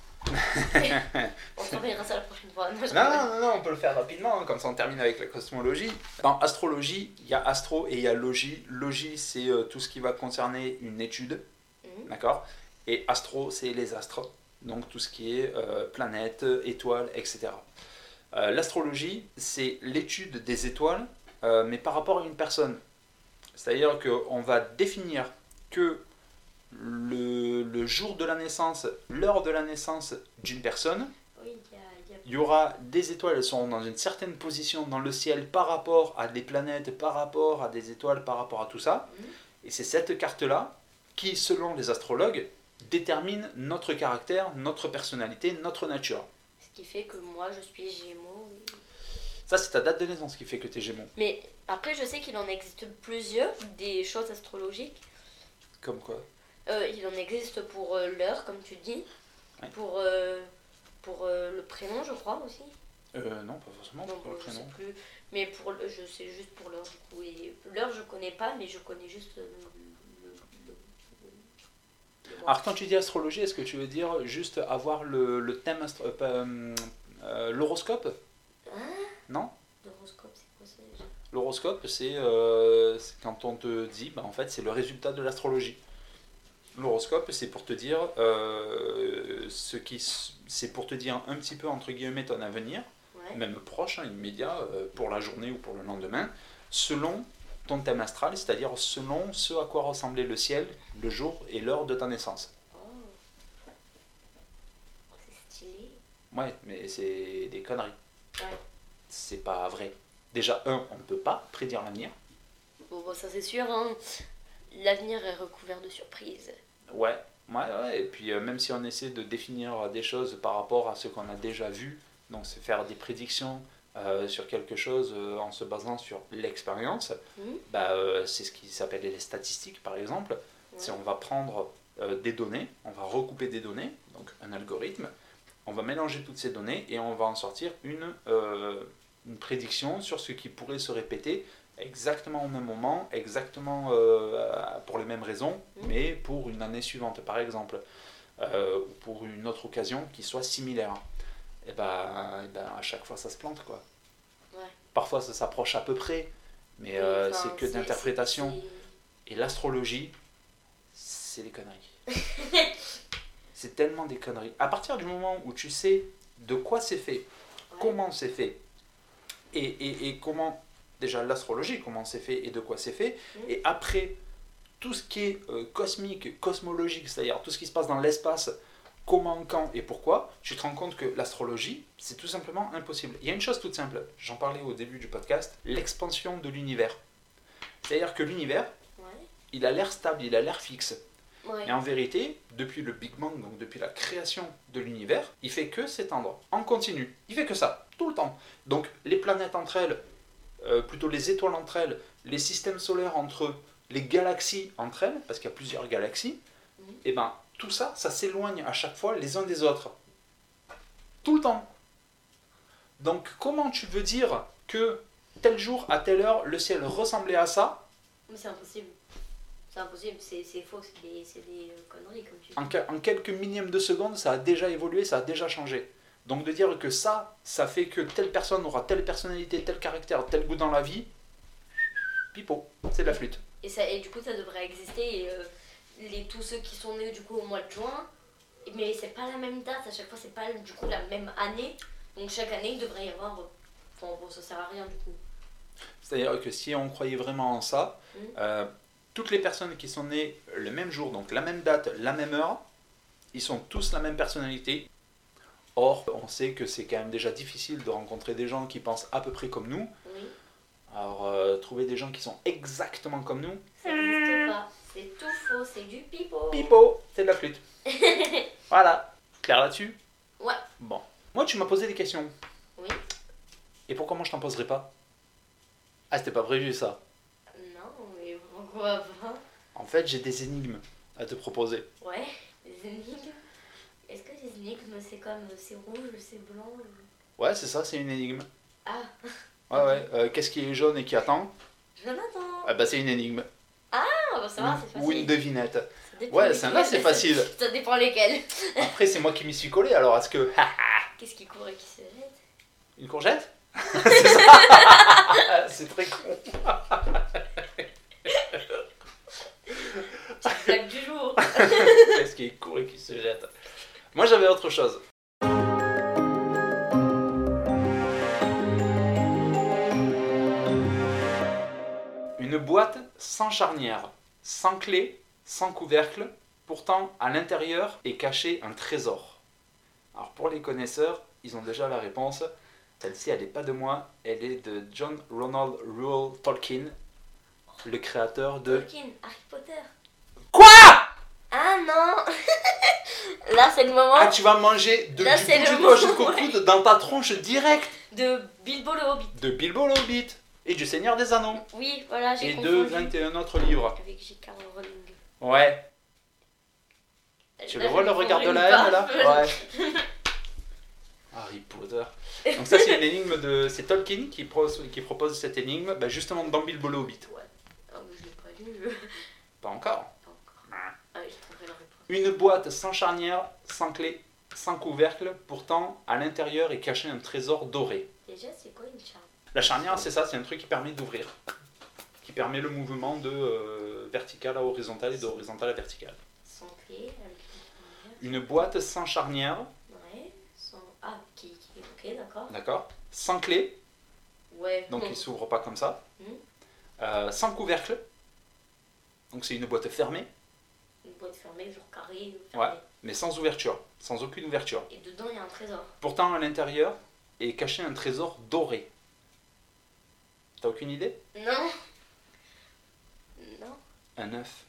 [SPEAKER 1] On s'en verra ça la prochaine fois. Non, je
[SPEAKER 2] Non,
[SPEAKER 1] rigole.
[SPEAKER 2] non, non, non, on peut le faire rapidement, hein, comme ça on termine avec la cosmologie. Dans astrologie, il y a astro et il y a logie. Logie, c'est euh, tout ce qui va concerner une étude,
[SPEAKER 1] Mhm.
[SPEAKER 2] d'accord Et astro, c'est les astres, donc tout ce qui est euh, planète, étoile, etc. Euh, L'astrologie, c'est l'étude des étoiles, euh, mais par rapport à une personne. C'est-à-dire qu'on va définir que le, le jour de la naissance, l'heure de la naissance d'une personne,
[SPEAKER 1] Oui, il y a- il y a.
[SPEAKER 2] il y aura des étoiles, elles seront dans une certaine position dans le ciel par rapport à des planètes, par rapport à des étoiles, par rapport à tout ça.
[SPEAKER 1] Mhm.
[SPEAKER 2] Et c'est cette carte-là qui, selon les astrologues, détermine notre caractère, notre personnalité, notre nature.
[SPEAKER 1] Ce qui fait que moi je suis Gémeaux.
[SPEAKER 2] Ça, c'est ta date de naissance qui fait que t'es Gémeaux.
[SPEAKER 1] Mais après, je sais qu'il en existe plusieurs des choses astrologiques.
[SPEAKER 2] Comme quoi
[SPEAKER 1] Euh, il en existe pour euh, l'heure, comme tu dis.
[SPEAKER 2] Ouais.
[SPEAKER 1] Pour, euh, pour euh, le prénom, je crois aussi.
[SPEAKER 2] euh, Non, pas forcément.
[SPEAKER 1] Non,
[SPEAKER 2] pour le
[SPEAKER 1] bon, je sais
[SPEAKER 2] prénom.
[SPEAKER 1] plus. Mais pour le, je sais juste pour l'heure, du coup. Et l'heure, je connais pas, mais je connais juste le. le- le- le- le-
[SPEAKER 2] Alors, quand tu dis astrologie, est-ce que tu veux dire juste avoir le, le thème, astro- euh, pas, euh, euh, l'horoscope
[SPEAKER 1] Hein
[SPEAKER 2] Non
[SPEAKER 1] L'horoscope, c'est quoi ça déjà
[SPEAKER 2] L'horoscope, c'est euh, c'est quand on te dit, bah, en fait, c'est le résultat de l'astrologie. L'horoscope, c'est pour te dire euh, ce qui, s- c'est pour te dire un petit peu entre guillemets ton avenir,
[SPEAKER 1] Ouais.
[SPEAKER 2] même proche, hein, immédiat, euh, pour la journée ou pour le lendemain, selon ton thème astral, c'est-à-dire selon ce à quoi ressemblait le ciel, le jour et l'heure de ta naissance.
[SPEAKER 1] Oh. C'est stylé.
[SPEAKER 2] Ouais, mais c'est des conneries.
[SPEAKER 1] Ouais.
[SPEAKER 2] C'est pas vrai. Déjà, un, on ne peut pas prédire l'avenir.
[SPEAKER 1] Bon, bon, ça c'est sûr, hein. L'avenir est recouvert de surprises.
[SPEAKER 2] Ouais, ouais, ouais. Et puis euh, même si on essaie de définir des choses par rapport à ce qu'on a déjà vu, Donc c'est faire des prédictions euh, sur quelque chose euh, en se basant sur l'expérience.
[SPEAKER 1] Mhm.
[SPEAKER 2] Bah, euh, c'est ce qui s'appelle les statistiques par exemple. C'est on va prendre euh, des données, on va recouper des données, donc un algorithme, on va mélanger toutes ces données et on va en sortir une, euh, une prédiction sur ce qui pourrait se répéter exactement au même moment, exactement euh, pour les mêmes raisons,
[SPEAKER 1] Mhm.
[SPEAKER 2] mais pour une année suivante par exemple, euh, ou pour une autre occasion qui soit similaire. Et ben, et ben, à chaque fois ça se plante quoi.
[SPEAKER 1] Ouais.
[SPEAKER 2] Parfois ça s'approche à peu près, mais
[SPEAKER 1] Oui,
[SPEAKER 2] euh,
[SPEAKER 1] enfin,
[SPEAKER 2] c'est que
[SPEAKER 1] c'est-
[SPEAKER 2] d'interprétation.
[SPEAKER 1] C'est-
[SPEAKER 2] Et l'astrologie, c'est des conneries. c'est tellement des conneries. À partir du moment où tu sais de quoi c'est fait, comment c'est fait, et, et- et comment, déjà l'astrologie, comment c'est fait et de quoi c'est fait,
[SPEAKER 1] Mhm.
[SPEAKER 2] et après, tout ce qui est euh, cosmique, cosmologique, c'est-à-dire tout ce qui se passe dans l'espace, comment, quand et pourquoi, tu te rends compte que l'astrologie, c'est tout simplement impossible. Il y a une chose toute simple, j'en parlais au début du podcast, l'expansion de l'univers. C'est-à-dire que l'univers,
[SPEAKER 1] Ouais.
[SPEAKER 2] il a l'air stable, il a l'air fixe.
[SPEAKER 1] Ouais.
[SPEAKER 2] Et en vérité, depuis le Big Bang, donc depuis la création de l'univers, il fait que s'étendre en continu. Il fait que ça, tout le temps. Donc les planètes entre elles, euh, plutôt les étoiles entre elles, les systèmes solaires entre eux, les galaxies entre elles, parce qu'il y a plusieurs galaxies,
[SPEAKER 1] Mhm.
[SPEAKER 2] et ben tout ça, ça s'éloigne à chaque fois les uns des autres. Tout le temps. Donc comment tu veux dire que tel jour, à telle heure, le ciel ressemblait à ça
[SPEAKER 1] Mais c'est impossible. C'est impossible, c'est c'est faux, c'est des, c'est des euh, conneries comme tu dis.
[SPEAKER 2] en, que- en quelques millièmes de seconde, ça a déjà évolué, ça a déjà changé. Donc de dire que ça, ça fait que telle personne aura telle personnalité, tel caractère, tel goût dans la vie, pipeau, c'est de la flûte.
[SPEAKER 1] Et, ça, et du coup, ça devrait exister. Et, euh, les, tous ceux qui sont nés du coup au mois de juin, mais c'est pas la même date, à chaque fois, c'est pas du coup la même année. Donc chaque année, il devrait y avoir. euh, Enfin, bon, ça sert à rien du coup.
[SPEAKER 2] C'est-à-dire que si on croyait vraiment en ça,
[SPEAKER 1] Mm.
[SPEAKER 2] euh, toutes les personnes qui sont nées le même jour, donc la même date, la même heure, ils sont tous la même personnalité. Or, on sait que c'est quand même déjà difficile de rencontrer des gens qui pensent à peu près comme nous.
[SPEAKER 1] Oui,
[SPEAKER 2] Alors, euh, trouver des gens qui sont exactement comme nous,
[SPEAKER 1] ça n'existe pas. C'est tout faux, c'est du pipeau.
[SPEAKER 2] Pipo, c'est de la flûte. voilà. Clair là-dessus
[SPEAKER 1] Ouais.
[SPEAKER 2] Bon. Moi, tu m'as posé des questions.
[SPEAKER 1] Oui.
[SPEAKER 2] Et pourquoi moi, je t'en poserai pas Ah, c'était pas prévu ça.
[SPEAKER 1] Non, mais pourquoi pas
[SPEAKER 2] En fait, j'ai des énigmes à te proposer.
[SPEAKER 1] Ouais, les énigmes. Est-ce que les énigmes, c'est comme euh, c'est rouge, c'est blanc ou-
[SPEAKER 2] Ouais, c'est ça, c'est une énigme.
[SPEAKER 1] Ah,
[SPEAKER 2] Ouais, ouais. Euh, Qu'est-ce qui est jaune et qui attend
[SPEAKER 1] Jonathan
[SPEAKER 2] Ah, bah, c'est une énigme.
[SPEAKER 1] Ah, bah Oh. ça va, c'est
[SPEAKER 2] Ou
[SPEAKER 1] facile.
[SPEAKER 2] une devinette.
[SPEAKER 1] Ça dépend
[SPEAKER 2] Ouais,
[SPEAKER 1] lesquels.
[SPEAKER 2] celle-là, c'est facile.
[SPEAKER 1] Ça dépend lesquels.
[SPEAKER 2] Après, c'est moi qui m'y suis collé, alors est-ce que. Ah,
[SPEAKER 1] Qu'est-ce qui court et qui se jette
[SPEAKER 2] Une courgette C'est ça C'est très con.
[SPEAKER 1] Petite blague du jour.
[SPEAKER 2] Qu'est-ce qui est court et qui se jette Moi, j'avais autre chose. Une boîte sans charnière, sans clé, sans couvercle, pourtant à l'intérieur est caché un trésor. Alors pour les connaisseurs, ils ont déjà la réponse. Celle-ci, elle n'est pas de moi, elle est de John Ronald Reuel Tolkien, le créateur de...
[SPEAKER 1] Tolkien, Harry Potter.
[SPEAKER 2] Quoi
[SPEAKER 1] Ah non Là, c'est le
[SPEAKER 2] Ah,
[SPEAKER 1] moment
[SPEAKER 2] tu vas manger de,
[SPEAKER 1] Là,
[SPEAKER 2] du
[SPEAKER 1] c'est
[SPEAKER 2] bout
[SPEAKER 1] le
[SPEAKER 2] du doigt jusqu'au
[SPEAKER 1] moment,
[SPEAKER 2] coude dans ta tronche direct
[SPEAKER 1] de Bilbo le Hobbit.
[SPEAKER 2] de Bilbo le Hobbit et du Seigneur des Anneaux
[SPEAKER 1] Oui, voilà, j'ai
[SPEAKER 2] et de
[SPEAKER 1] confondu.
[SPEAKER 2] 21 autres livres.
[SPEAKER 1] Avec J.K. Rowling.
[SPEAKER 2] Ouais, tu le vois le regard de la haine là Ouais. Harry Potter. Donc ça c'est une énigme de... C'est Tolkien qui, pro- qui propose cette énigme bah, justement dans Bilbo le Hobbit.
[SPEAKER 1] Ah, mais je l'ai pas lu, je.
[SPEAKER 2] Pas encore.
[SPEAKER 1] Pas encore. Ah, oui, j'ai trouvé la réponse.
[SPEAKER 2] Une boîte sans charnière, sans clé, sans couvercle, pourtant à l'intérieur est caché un trésor doré.
[SPEAKER 1] Déjà, c'est quoi une charme
[SPEAKER 2] La charnière, c'est ça, c'est un truc qui permet d'ouvrir, qui permet le mouvement de euh, vertical à horizontal et de horizontal à vertical.
[SPEAKER 1] Sans clé, avec une
[SPEAKER 2] Une boîte sans charnière,
[SPEAKER 1] lumière. Ouais. Sans. Ah, qui. qui... Ok, d'accord.
[SPEAKER 2] d'accord, sans clé,
[SPEAKER 1] Ouais.
[SPEAKER 2] donc il s'ouvre pas comme ça,
[SPEAKER 1] Mhm.
[SPEAKER 2] Euh, sans couvercle, donc c'est une boîte fermée,
[SPEAKER 1] Une boîte fermée, genre carré.
[SPEAKER 2] Ouais.
[SPEAKER 1] fermée.
[SPEAKER 2] mais sans ouverture, sans aucune ouverture.
[SPEAKER 1] Et dedans, il y a un trésor.
[SPEAKER 2] Pourtant, à l'intérieur est caché un trésor doré. T'as aucune idée
[SPEAKER 1] Non Non
[SPEAKER 2] Un œuf.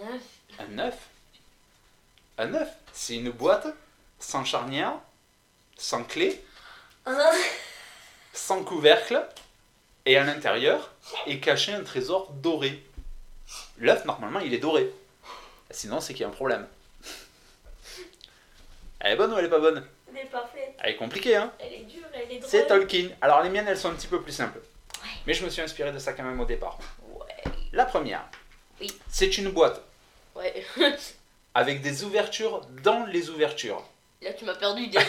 [SPEAKER 1] Un œuf
[SPEAKER 2] Un œuf Un œuf C'est une boîte sans charnière, sans clé,
[SPEAKER 1] Hein
[SPEAKER 2] sans couvercle, et à l'intérieur est caché un trésor doré. L'œuf, normalement, il est doré. Sinon, c'est qu'il y a un problème. Elle est bonne ou elle est pas bonne
[SPEAKER 1] Elle est parfaite.
[SPEAKER 2] Elle est compliquée, hein
[SPEAKER 1] Elle est dure, elle est drôle.
[SPEAKER 2] C'est Tolkien. Alors, les miennes, elles sont un petit peu plus simples.
[SPEAKER 1] Ouais.
[SPEAKER 2] Mais je me suis inspiré de ça quand même au départ.
[SPEAKER 1] Ouais.
[SPEAKER 2] La première,
[SPEAKER 1] Oui.
[SPEAKER 2] c'est une boîte
[SPEAKER 1] Ouais.
[SPEAKER 2] avec des ouvertures dans les ouvertures.
[SPEAKER 1] Là, tu m'as perdu déjà.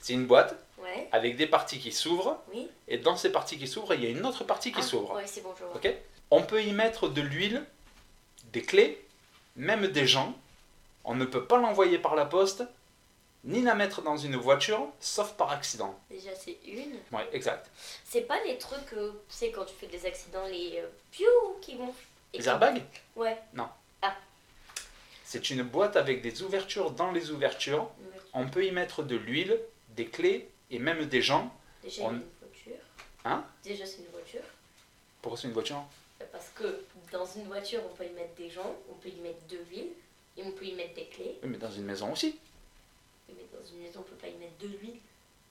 [SPEAKER 2] C'est une boîte
[SPEAKER 1] ouais.
[SPEAKER 2] avec des parties qui s'ouvrent,
[SPEAKER 1] Oui.
[SPEAKER 2] et dans ces parties qui s'ouvrent, il y a une autre partie qui
[SPEAKER 1] Ah,
[SPEAKER 2] s'ouvre.
[SPEAKER 1] Ouais, c'est bon, je vois.
[SPEAKER 2] Ok On peut y mettre de l'huile, des clés, même des gens. On ne peut pas l'envoyer par la poste, ni la mettre dans une voiture, sauf par accident.
[SPEAKER 1] Déjà, c'est une.
[SPEAKER 2] Ouais, exact.
[SPEAKER 1] C'est pas les trucs, euh, tu sais, quand tu fais des accidents, les euh, piou qui vont. et
[SPEAKER 2] Les
[SPEAKER 1] qui-
[SPEAKER 2] airbags,
[SPEAKER 1] Ouais.
[SPEAKER 2] c'est une boîte avec des ouvertures dans les ouvertures.
[SPEAKER 1] mais
[SPEAKER 2] On peut y mettre de l'huile, des clés et même des gens.
[SPEAKER 1] Déjà,
[SPEAKER 2] On-
[SPEAKER 1] une voiture.
[SPEAKER 2] Hein
[SPEAKER 1] Déjà, c'est une voiture.
[SPEAKER 2] Pourquoi c'est une voiture
[SPEAKER 1] Parce que dans une voiture, on peut y mettre des gens, on peut y mettre de l'huile, et on peut y mettre des clés.
[SPEAKER 2] Oui, mais dans une maison aussi.
[SPEAKER 1] Mais dans une maison, on peut pas y mettre de l'huile.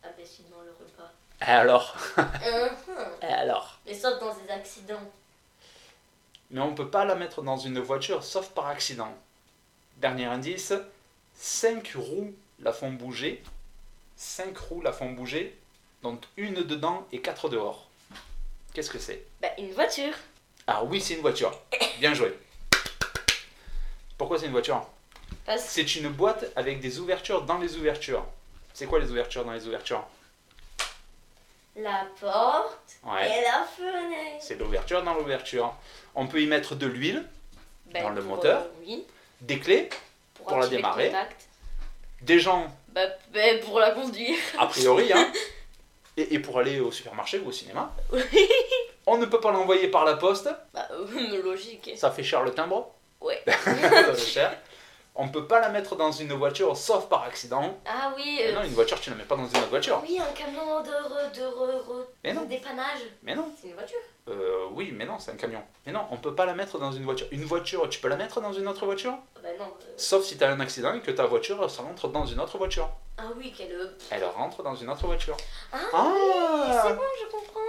[SPEAKER 1] Ah, ben sinon, le repas.
[SPEAKER 2] Et alors
[SPEAKER 1] Hein, hein.
[SPEAKER 2] Et alors
[SPEAKER 1] Mais sauf dans des accidents.
[SPEAKER 2] Mais on ne peut pas la mettre dans une voiture, sauf par accident. Dernier indice, 5 roues la font bouger. 5 roues la font bouger, donc une dedans et 4 dehors. Qu'est-ce que c'est
[SPEAKER 1] Bah, une voiture.
[SPEAKER 2] Ah oui, c'est une voiture. Bien joué. Pourquoi c'est une voiture
[SPEAKER 1] Parce
[SPEAKER 2] C'est une boîte avec des ouvertures dans les ouvertures. C'est quoi les ouvertures dans les ouvertures
[SPEAKER 1] La porte
[SPEAKER 2] Ouais.
[SPEAKER 1] et la fenêtre.
[SPEAKER 2] C'est l'ouverture dans l'ouverture. On peut y mettre de l'huile,
[SPEAKER 1] Ben,
[SPEAKER 2] Dans le
[SPEAKER 1] pour,
[SPEAKER 2] moteur.
[SPEAKER 1] euh, oui.
[SPEAKER 2] des clés,
[SPEAKER 1] Pour,
[SPEAKER 2] Pour la
[SPEAKER 1] activer le
[SPEAKER 2] démarrer.
[SPEAKER 1] contact.
[SPEAKER 2] des gens
[SPEAKER 1] Bah, ben, pour la conduire.
[SPEAKER 2] A priori, hein. Et, et pour aller au supermarché ou au cinéma.
[SPEAKER 1] Oui.
[SPEAKER 2] On ne peut pas l'envoyer par la poste,
[SPEAKER 1] Bah, euh, logique.
[SPEAKER 2] ça fait cher le timbre.
[SPEAKER 1] Ouais.
[SPEAKER 2] ça fait cher. On ne peut pas la mettre dans une voiture, sauf par accident.
[SPEAKER 1] Ah oui.
[SPEAKER 2] Mais
[SPEAKER 1] euh,
[SPEAKER 2] non, une voiture, tu ne la mets pas dans une autre voiture.
[SPEAKER 1] oui, un camion de, re- de, re- re-
[SPEAKER 2] Mais non.
[SPEAKER 1] de dépannage.
[SPEAKER 2] Mais non.
[SPEAKER 1] C'est une voiture.
[SPEAKER 2] Euh, oui, mais non, c'est un camion. Mais non, on ne peut pas la mettre dans une voiture. Une voiture, tu peux la mettre dans une autre voiture
[SPEAKER 1] Ah Bah non. euh,
[SPEAKER 2] Sauf si tu as un accident et que ta voiture, ça rentre dans une autre voiture.
[SPEAKER 1] Ah oui, quelle. euh,
[SPEAKER 2] Elle rentre dans une autre voiture.
[SPEAKER 1] Ah,
[SPEAKER 2] Ah
[SPEAKER 1] C'est bon, je comprends.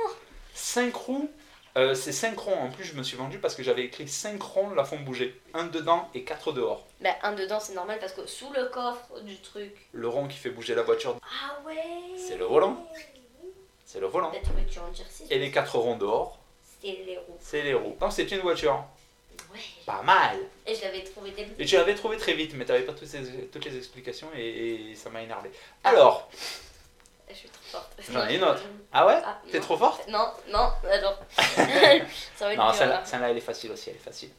[SPEAKER 2] 5 roues, euh, c'est 5 ronds. En plus, je me suis vendu parce que j'avais écrit 5 ronds la font bouger. Un dedans et quatre dehors.
[SPEAKER 1] Bah, un dedans, c'est normal parce que sous le coffre du truc.
[SPEAKER 2] Le rond qui fait bouger la voiture,
[SPEAKER 1] Ah ouais.
[SPEAKER 2] C'est le volant. c'est le volant.
[SPEAKER 1] Bah, tu veux- tu en dire six
[SPEAKER 2] Et les quatre ronds dehors,
[SPEAKER 1] C'était les roues.
[SPEAKER 2] c'est les roues. Donc, c'est une voiture.
[SPEAKER 1] Ouais.
[SPEAKER 2] Pas mal.
[SPEAKER 1] Et je l'avais trouvé dès le
[SPEAKER 2] Et tu l'avais trouvé très vite, mais tu n'avais pas toutes, ces- toutes les explications et, et ça m'a énervé. Alors,
[SPEAKER 1] Je suis trop forte.
[SPEAKER 2] J'en ai une autre. ah ouais
[SPEAKER 1] Ah,
[SPEAKER 2] T'es
[SPEAKER 1] non.
[SPEAKER 2] trop forte
[SPEAKER 1] Non, non, alors. ça va être dur,
[SPEAKER 2] Non,
[SPEAKER 1] hein. là.
[SPEAKER 2] celle-là, celle-là, elle est facile aussi, elle est facile.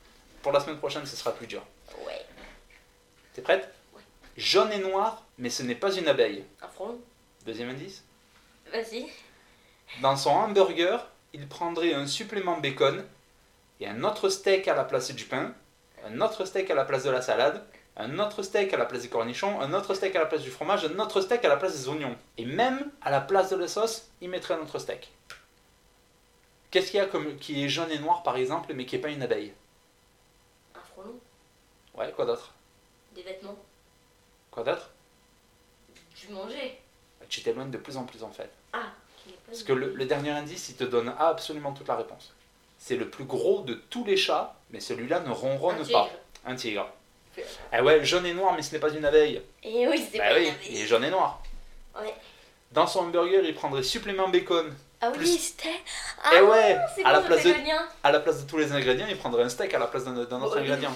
[SPEAKER 2] Pour la semaine prochaine, ce sera plus dur.
[SPEAKER 1] Ouais.
[SPEAKER 2] T'es prête
[SPEAKER 1] Ouais.
[SPEAKER 2] Jaune et noir, mais ce n'est pas une abeille.
[SPEAKER 1] Un frelon
[SPEAKER 2] Deuxième indice
[SPEAKER 1] Vas-y.
[SPEAKER 2] Dans son hamburger, il prendrait un supplément bacon et un autre steak à la place du pain, un autre steak à la place de la salade, un autre steak à la place des cornichons, un autre steak à la place du fromage, un autre steak à la place des oignons. Et même à la place de la sauce, il mettrait un autre steak. Qu'est-ce qu'il y a comme, qui est jaune et noir par exemple, mais qui n'est pas une abeille
[SPEAKER 1] Un frelon
[SPEAKER 2] Ouais, quoi d'autre
[SPEAKER 1] Des vêtements
[SPEAKER 2] Quoi d'autre Bah,
[SPEAKER 1] Du manger
[SPEAKER 2] Tu t'éloignes de plus en plus en fait.
[SPEAKER 1] Ah qui n'est pas
[SPEAKER 2] Parce
[SPEAKER 1] une-
[SPEAKER 2] que le, le dernier indice, il te donne absolument toute la réponse. C'est le plus gros de tous les chats, mais celui-là ne
[SPEAKER 1] Un
[SPEAKER 2] ronronne
[SPEAKER 1] tigre.
[SPEAKER 2] pas. Un tigre. Eh ouais, jaune et noir, mais ce n'est pas une abeille.
[SPEAKER 1] Et Eh oui, c'est
[SPEAKER 2] Bah
[SPEAKER 1] pas
[SPEAKER 2] oui,
[SPEAKER 1] une
[SPEAKER 2] il
[SPEAKER 1] abeille.
[SPEAKER 2] est jaune et noir.
[SPEAKER 1] Ouais.
[SPEAKER 2] Dans son hamburger, il prendrait supplément bacon.
[SPEAKER 1] Ah oui,
[SPEAKER 2] plus-
[SPEAKER 1] c'était.
[SPEAKER 2] eh
[SPEAKER 1] Ah
[SPEAKER 2] ouais,
[SPEAKER 1] C'est
[SPEAKER 2] à
[SPEAKER 1] quoi
[SPEAKER 2] la,
[SPEAKER 1] le
[SPEAKER 2] place de,
[SPEAKER 1] péconien
[SPEAKER 2] à la place de tous les ingrédients, il prendrait un steak à la place d'un d'un autre
[SPEAKER 1] Ouais.
[SPEAKER 2] ingrédient.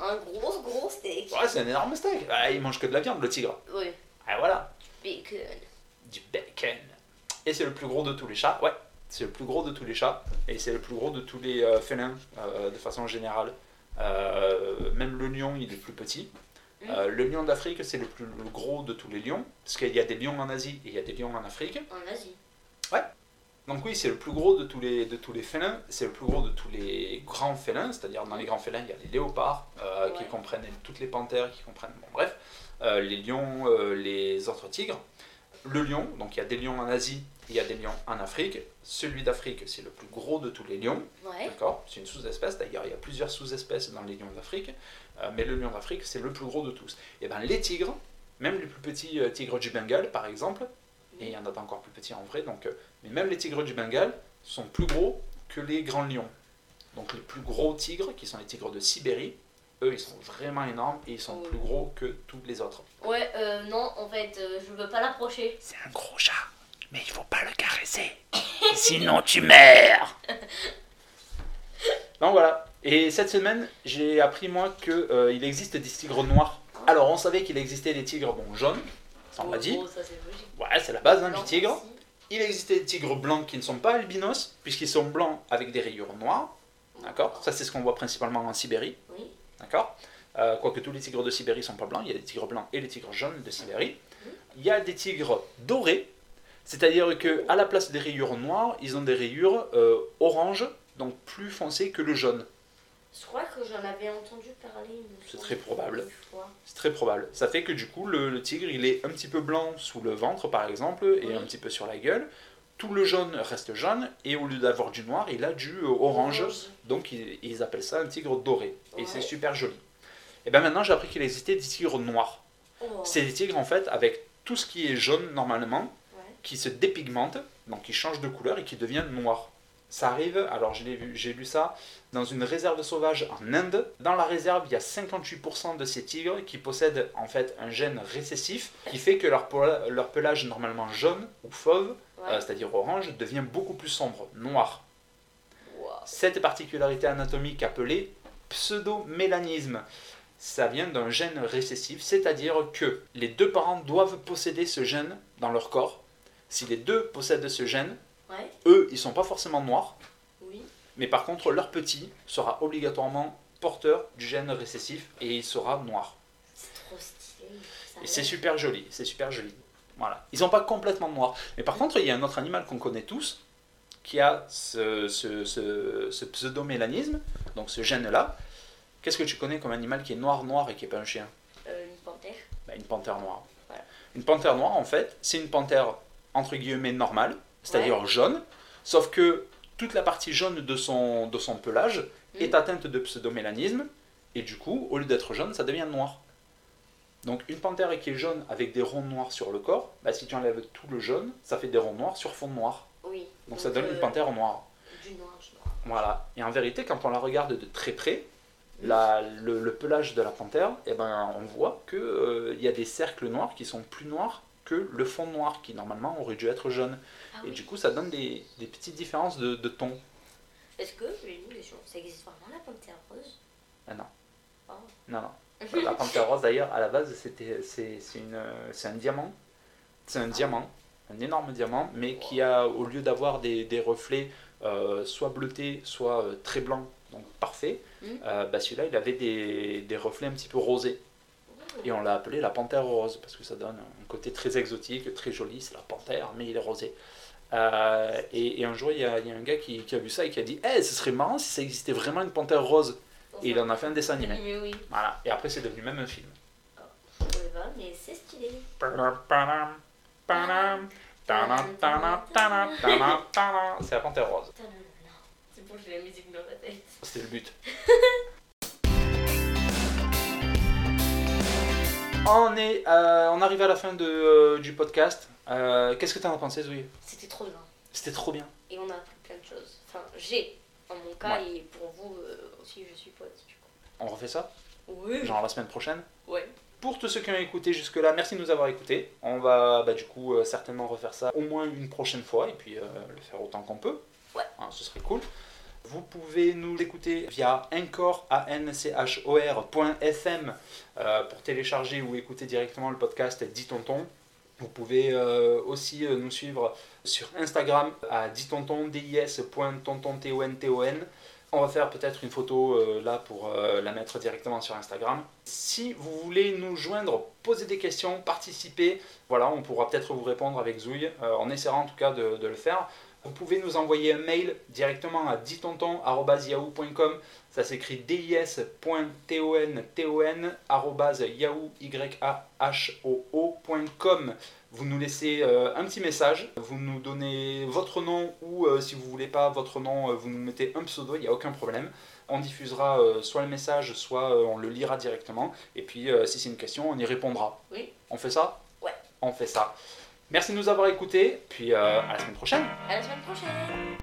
[SPEAKER 1] Un gros, gros steak.
[SPEAKER 2] Ouais, c'est un énorme steak. Ah, il mange que de la viande, le tigre.
[SPEAKER 1] Oui.
[SPEAKER 2] Ah voilà,
[SPEAKER 1] Bacon.
[SPEAKER 2] du bacon. Et c'est le plus gros de tous les chats. Ouais, c'est le plus gros de tous les chats. Et c'est le plus gros de tous les euh, félins, euh, de façon générale. Euh, même le lion, il est plus petit. Euh, le lion d'Afrique, c'est le plus le gros de tous les lions, parce qu'il y a des lions en Asie et il y a des lions en Afrique.
[SPEAKER 1] En Asie.
[SPEAKER 2] Donc oui, c'est le plus gros de tous les, de tous les félins, c'est le plus gros de tous les grands félins, c'est-à-dire dans les grands félins, il y a les léopards, euh, qui
[SPEAKER 1] Ouais.
[SPEAKER 2] comprennent toutes les panthères, qui comprennent, bon bref, euh, les lions, euh, les autres tigres. Le lion, donc il y a des lions en Asie, il y a des lions en Afrique. Celui d'Afrique, c'est le plus gros de tous les lions.
[SPEAKER 1] Ouais.
[SPEAKER 2] D'accord C'est une sous-espèce, d'ailleurs il y a plusieurs sous-espèces dans Eh les lions d'Afrique, euh, mais le lion d'Afrique c'est le plus gros de tous. Et ben les tigres, Même les plus petits euh, tigres du Bengale, par exemple, et il y en a encore plus petits en vrai, donc, euh, mais même les tigres du Bengale sont plus gros que les grands lions. Donc les plus gros tigres, qui sont les tigres de Sibérie, eux, ils sont vraiment énormes et ils sont
[SPEAKER 1] Oh.
[SPEAKER 2] plus gros que tous les autres.
[SPEAKER 1] Ouais, euh, non, en fait, euh, je veux pas l'approcher.
[SPEAKER 2] C'est un gros chat, mais il faut pas le caresser. Sinon tu meurs. Donc voilà. Et cette semaine, j'ai appris moi que euh, il existe des tigres noirs. Alors on savait qu'il existait des tigres bon jaunes, ça on l'a
[SPEAKER 1] Oh,
[SPEAKER 2] dit.
[SPEAKER 1] oh, ça c'est logique.
[SPEAKER 2] Ouais, c'est la base hein,
[SPEAKER 1] Non,
[SPEAKER 2] du tigre.
[SPEAKER 1] si.
[SPEAKER 2] Il existait des tigres blancs qui ne sont pas albinos puisqu'ils sont blancs avec des rayures noires. D'accord. Ça c'est ce qu'on voit principalement en Sibérie.
[SPEAKER 1] Oui.
[SPEAKER 2] D'accord Euh, Quoique tous les tigres de Sibérie sont pas blancs, il y a les tigres blancs et les tigres jaunes de Sibérie. Il y a des tigres dorés, c'est-à-dire que à la place des rayures noires, ils ont des rayures euh, orange, donc plus foncées que le jaune.
[SPEAKER 1] Je crois que j'en avais entendu parler. il me
[SPEAKER 2] C'est
[SPEAKER 1] semble,
[SPEAKER 2] très probable.
[SPEAKER 1] une fois.
[SPEAKER 2] C'est très probable. Ça fait que du coup, le, le tigre, il est un petit peu blanc sous le ventre, par exemple, et
[SPEAKER 1] Oui.
[SPEAKER 2] un petit peu sur la gueule. Tout le jaune reste jaune, et au lieu d'avoir du noir, il a du euh, orange. Donc ils, ils appellent ça un tigre doré. Et
[SPEAKER 1] Ouais.
[SPEAKER 2] c'est super joli. Et bien maintenant, j'ai appris qu'il existait des tigres noirs.
[SPEAKER 1] Oh.
[SPEAKER 2] C'est des tigres en fait avec tout ce qui est jaune normalement,
[SPEAKER 1] Ouais.
[SPEAKER 2] qui se dépigmente, donc qui change de couleur et qui devient noir. Ça arrive, alors je l'ai vu, j'ai lu ça, dans une réserve sauvage en Inde. Dans la réserve, il y a 58% de ces tigres qui possèdent en fait un gène récessif qui fait que leur, pola- leur pelage normalement jaune ou fauve,
[SPEAKER 1] Ouais.
[SPEAKER 2] euh, c'est-à-dire orange, devient beaucoup plus sombre, noir.
[SPEAKER 1] Wow.
[SPEAKER 2] Cette particularité anatomique appelée pseudomélanisme, ça vient d'un gène récessif, c'est-à-dire que les deux parents doivent posséder ce gène dans leur corps. Si les deux possèdent ce gène,
[SPEAKER 1] Ouais.
[SPEAKER 2] eux, ils sont pas forcément noirs,
[SPEAKER 1] Oui.
[SPEAKER 2] mais par contre, leur petit sera obligatoirement porteur du gène récessif et il sera noir.
[SPEAKER 1] C'est trop stylé. ça
[SPEAKER 2] Et c'est
[SPEAKER 1] a l'air.
[SPEAKER 2] super joli, c'est super joli. Voilà. Ils sont pas complètement noirs. Mais par contre, il y a un autre animal qu'on connaît tous qui a ce, ce, ce, ce pseudomélanisme, donc ce gène-là. Qu'est-ce que tu connais comme animal qui est noir, noir et qui est pas un chien
[SPEAKER 1] Euh, une panthère.
[SPEAKER 2] Bah, Une panthère noire.
[SPEAKER 1] Voilà.
[SPEAKER 2] Une panthère noire, en fait, c'est une panthère entre guillemets normale, c'est-à-dire jaune, sauf que toute la partie jaune de son, de son pelage est
[SPEAKER 1] Mhm.
[SPEAKER 2] atteinte de pseudomélanisme, et du coup, au lieu d'être jaune, ça devient noir. Donc une panthère qui est jaune avec des ronds noirs sur le corps, bah, si tu enlèves tout le jaune, ça fait des ronds noirs sur fond noir.
[SPEAKER 1] Oui.
[SPEAKER 2] Donc, ça donne une
[SPEAKER 1] euh,
[SPEAKER 2] panthère noire.
[SPEAKER 1] Du noir, du noir.
[SPEAKER 2] Voilà. Et en vérité, quand on la regarde de très près, la- le, le pelage de la panthère, eh ben, on voit qu'il y a des cercles noirs qui sont plus noirs que le fond noir, qui normalement aurait dû être jaune.
[SPEAKER 1] Ah
[SPEAKER 2] Et
[SPEAKER 1] oui.
[SPEAKER 2] du coup, ça donne des, des petites différences de, de ton.
[SPEAKER 1] Est-ce que, j'ai une question, ça existe vraiment la panthère rose
[SPEAKER 2] Ah non.
[SPEAKER 1] Oh.
[SPEAKER 2] Non, non. La panthère rose, d'ailleurs, à la base, c'était, c'est, c'est une, euh, c'est un diamant. C'est un diamant, un énorme diamant, mais qui a, au lieu d'avoir des, des reflets euh, soit bleutés, soit euh, très blancs, donc parfait,
[SPEAKER 1] Mhm.
[SPEAKER 2] euh, bah celui-là, il avait des, des reflets un petit peu rosés.
[SPEAKER 1] Oh.
[SPEAKER 2] Et on l'a appelé la panthère rose parce que ça donne un côté très exotique, très joli. C'est la panthère, mais il est rosé. Euh, et, et un jour, il y, a il y a un gars qui, qui a vu ça et qui a dit Eh, ce serait marrant si ça existait vraiment une panthère rose.
[SPEAKER 1] Enfin,
[SPEAKER 2] Et il en a fait un dessin animé.
[SPEAKER 1] Mais oui,
[SPEAKER 2] Voilà. Et après, c'est devenu même un film.
[SPEAKER 1] on le va, mais c'est stylé.
[SPEAKER 2] C'est la panthère rose.
[SPEAKER 1] Putain, non, non. C'est bon, j'ai la musique dans la tête.
[SPEAKER 2] C'était le but. On est, euh, on arrive à la fin de, euh, du podcast. Euh, Qu'est-ce que t'en as pensé, Zoé
[SPEAKER 1] C'était trop bien.
[SPEAKER 2] C'était trop bien.
[SPEAKER 1] Et on a appris plein de choses. Enfin, j'ai, en mon cas, et pour vous euh, aussi, je suis pote, du coup.
[SPEAKER 2] On refait ça,
[SPEAKER 1] Oui.
[SPEAKER 2] genre la semaine prochaine.
[SPEAKER 1] Ouais.
[SPEAKER 2] Pour tous ceux qui ont écouté jusque-là, merci de nous avoir écoutés. On va bah, du coup euh, certainement refaire ça au moins une prochaine fois et puis euh, le faire autant qu'on peut.
[SPEAKER 1] Ouais.
[SPEAKER 2] Hein, ce serait cool. Vous pouvez nous écouter via encore.fm euh, pour télécharger ou écouter directement le podcast Dit Tonton. Vous pouvez euh, aussi euh, nous suivre sur Instagram à ditonton, dis.tonton, t o n t o n. On va faire peut-être une photo euh, là pour euh, la mettre directement sur Instagram. Si vous voulez nous joindre, poser des questions, participer, voilà, on pourra peut-être vous répondre avec Zouille. Euh, on essaiera en tout cas de, de le faire. Vous pouvez nous envoyer un mail directement à ditonton.yahoo.com. Ça s'écrit dis.tonton.yahoo.com. Vous nous laissez euh, un petit message, vous nous donnez votre nom ou euh, si vous voulez pas votre nom, euh, vous nous mettez un pseudo, il n'y a aucun problème. On diffusera euh, soit le message, soit euh, on le lira directement. Et puis euh, si c'est une question, on y répondra.
[SPEAKER 1] Oui.
[SPEAKER 2] On fait ça
[SPEAKER 1] Ouais.
[SPEAKER 2] On fait ça. Merci de nous avoir écoutés, puis euh, à la semaine prochaine.
[SPEAKER 1] À la semaine prochaine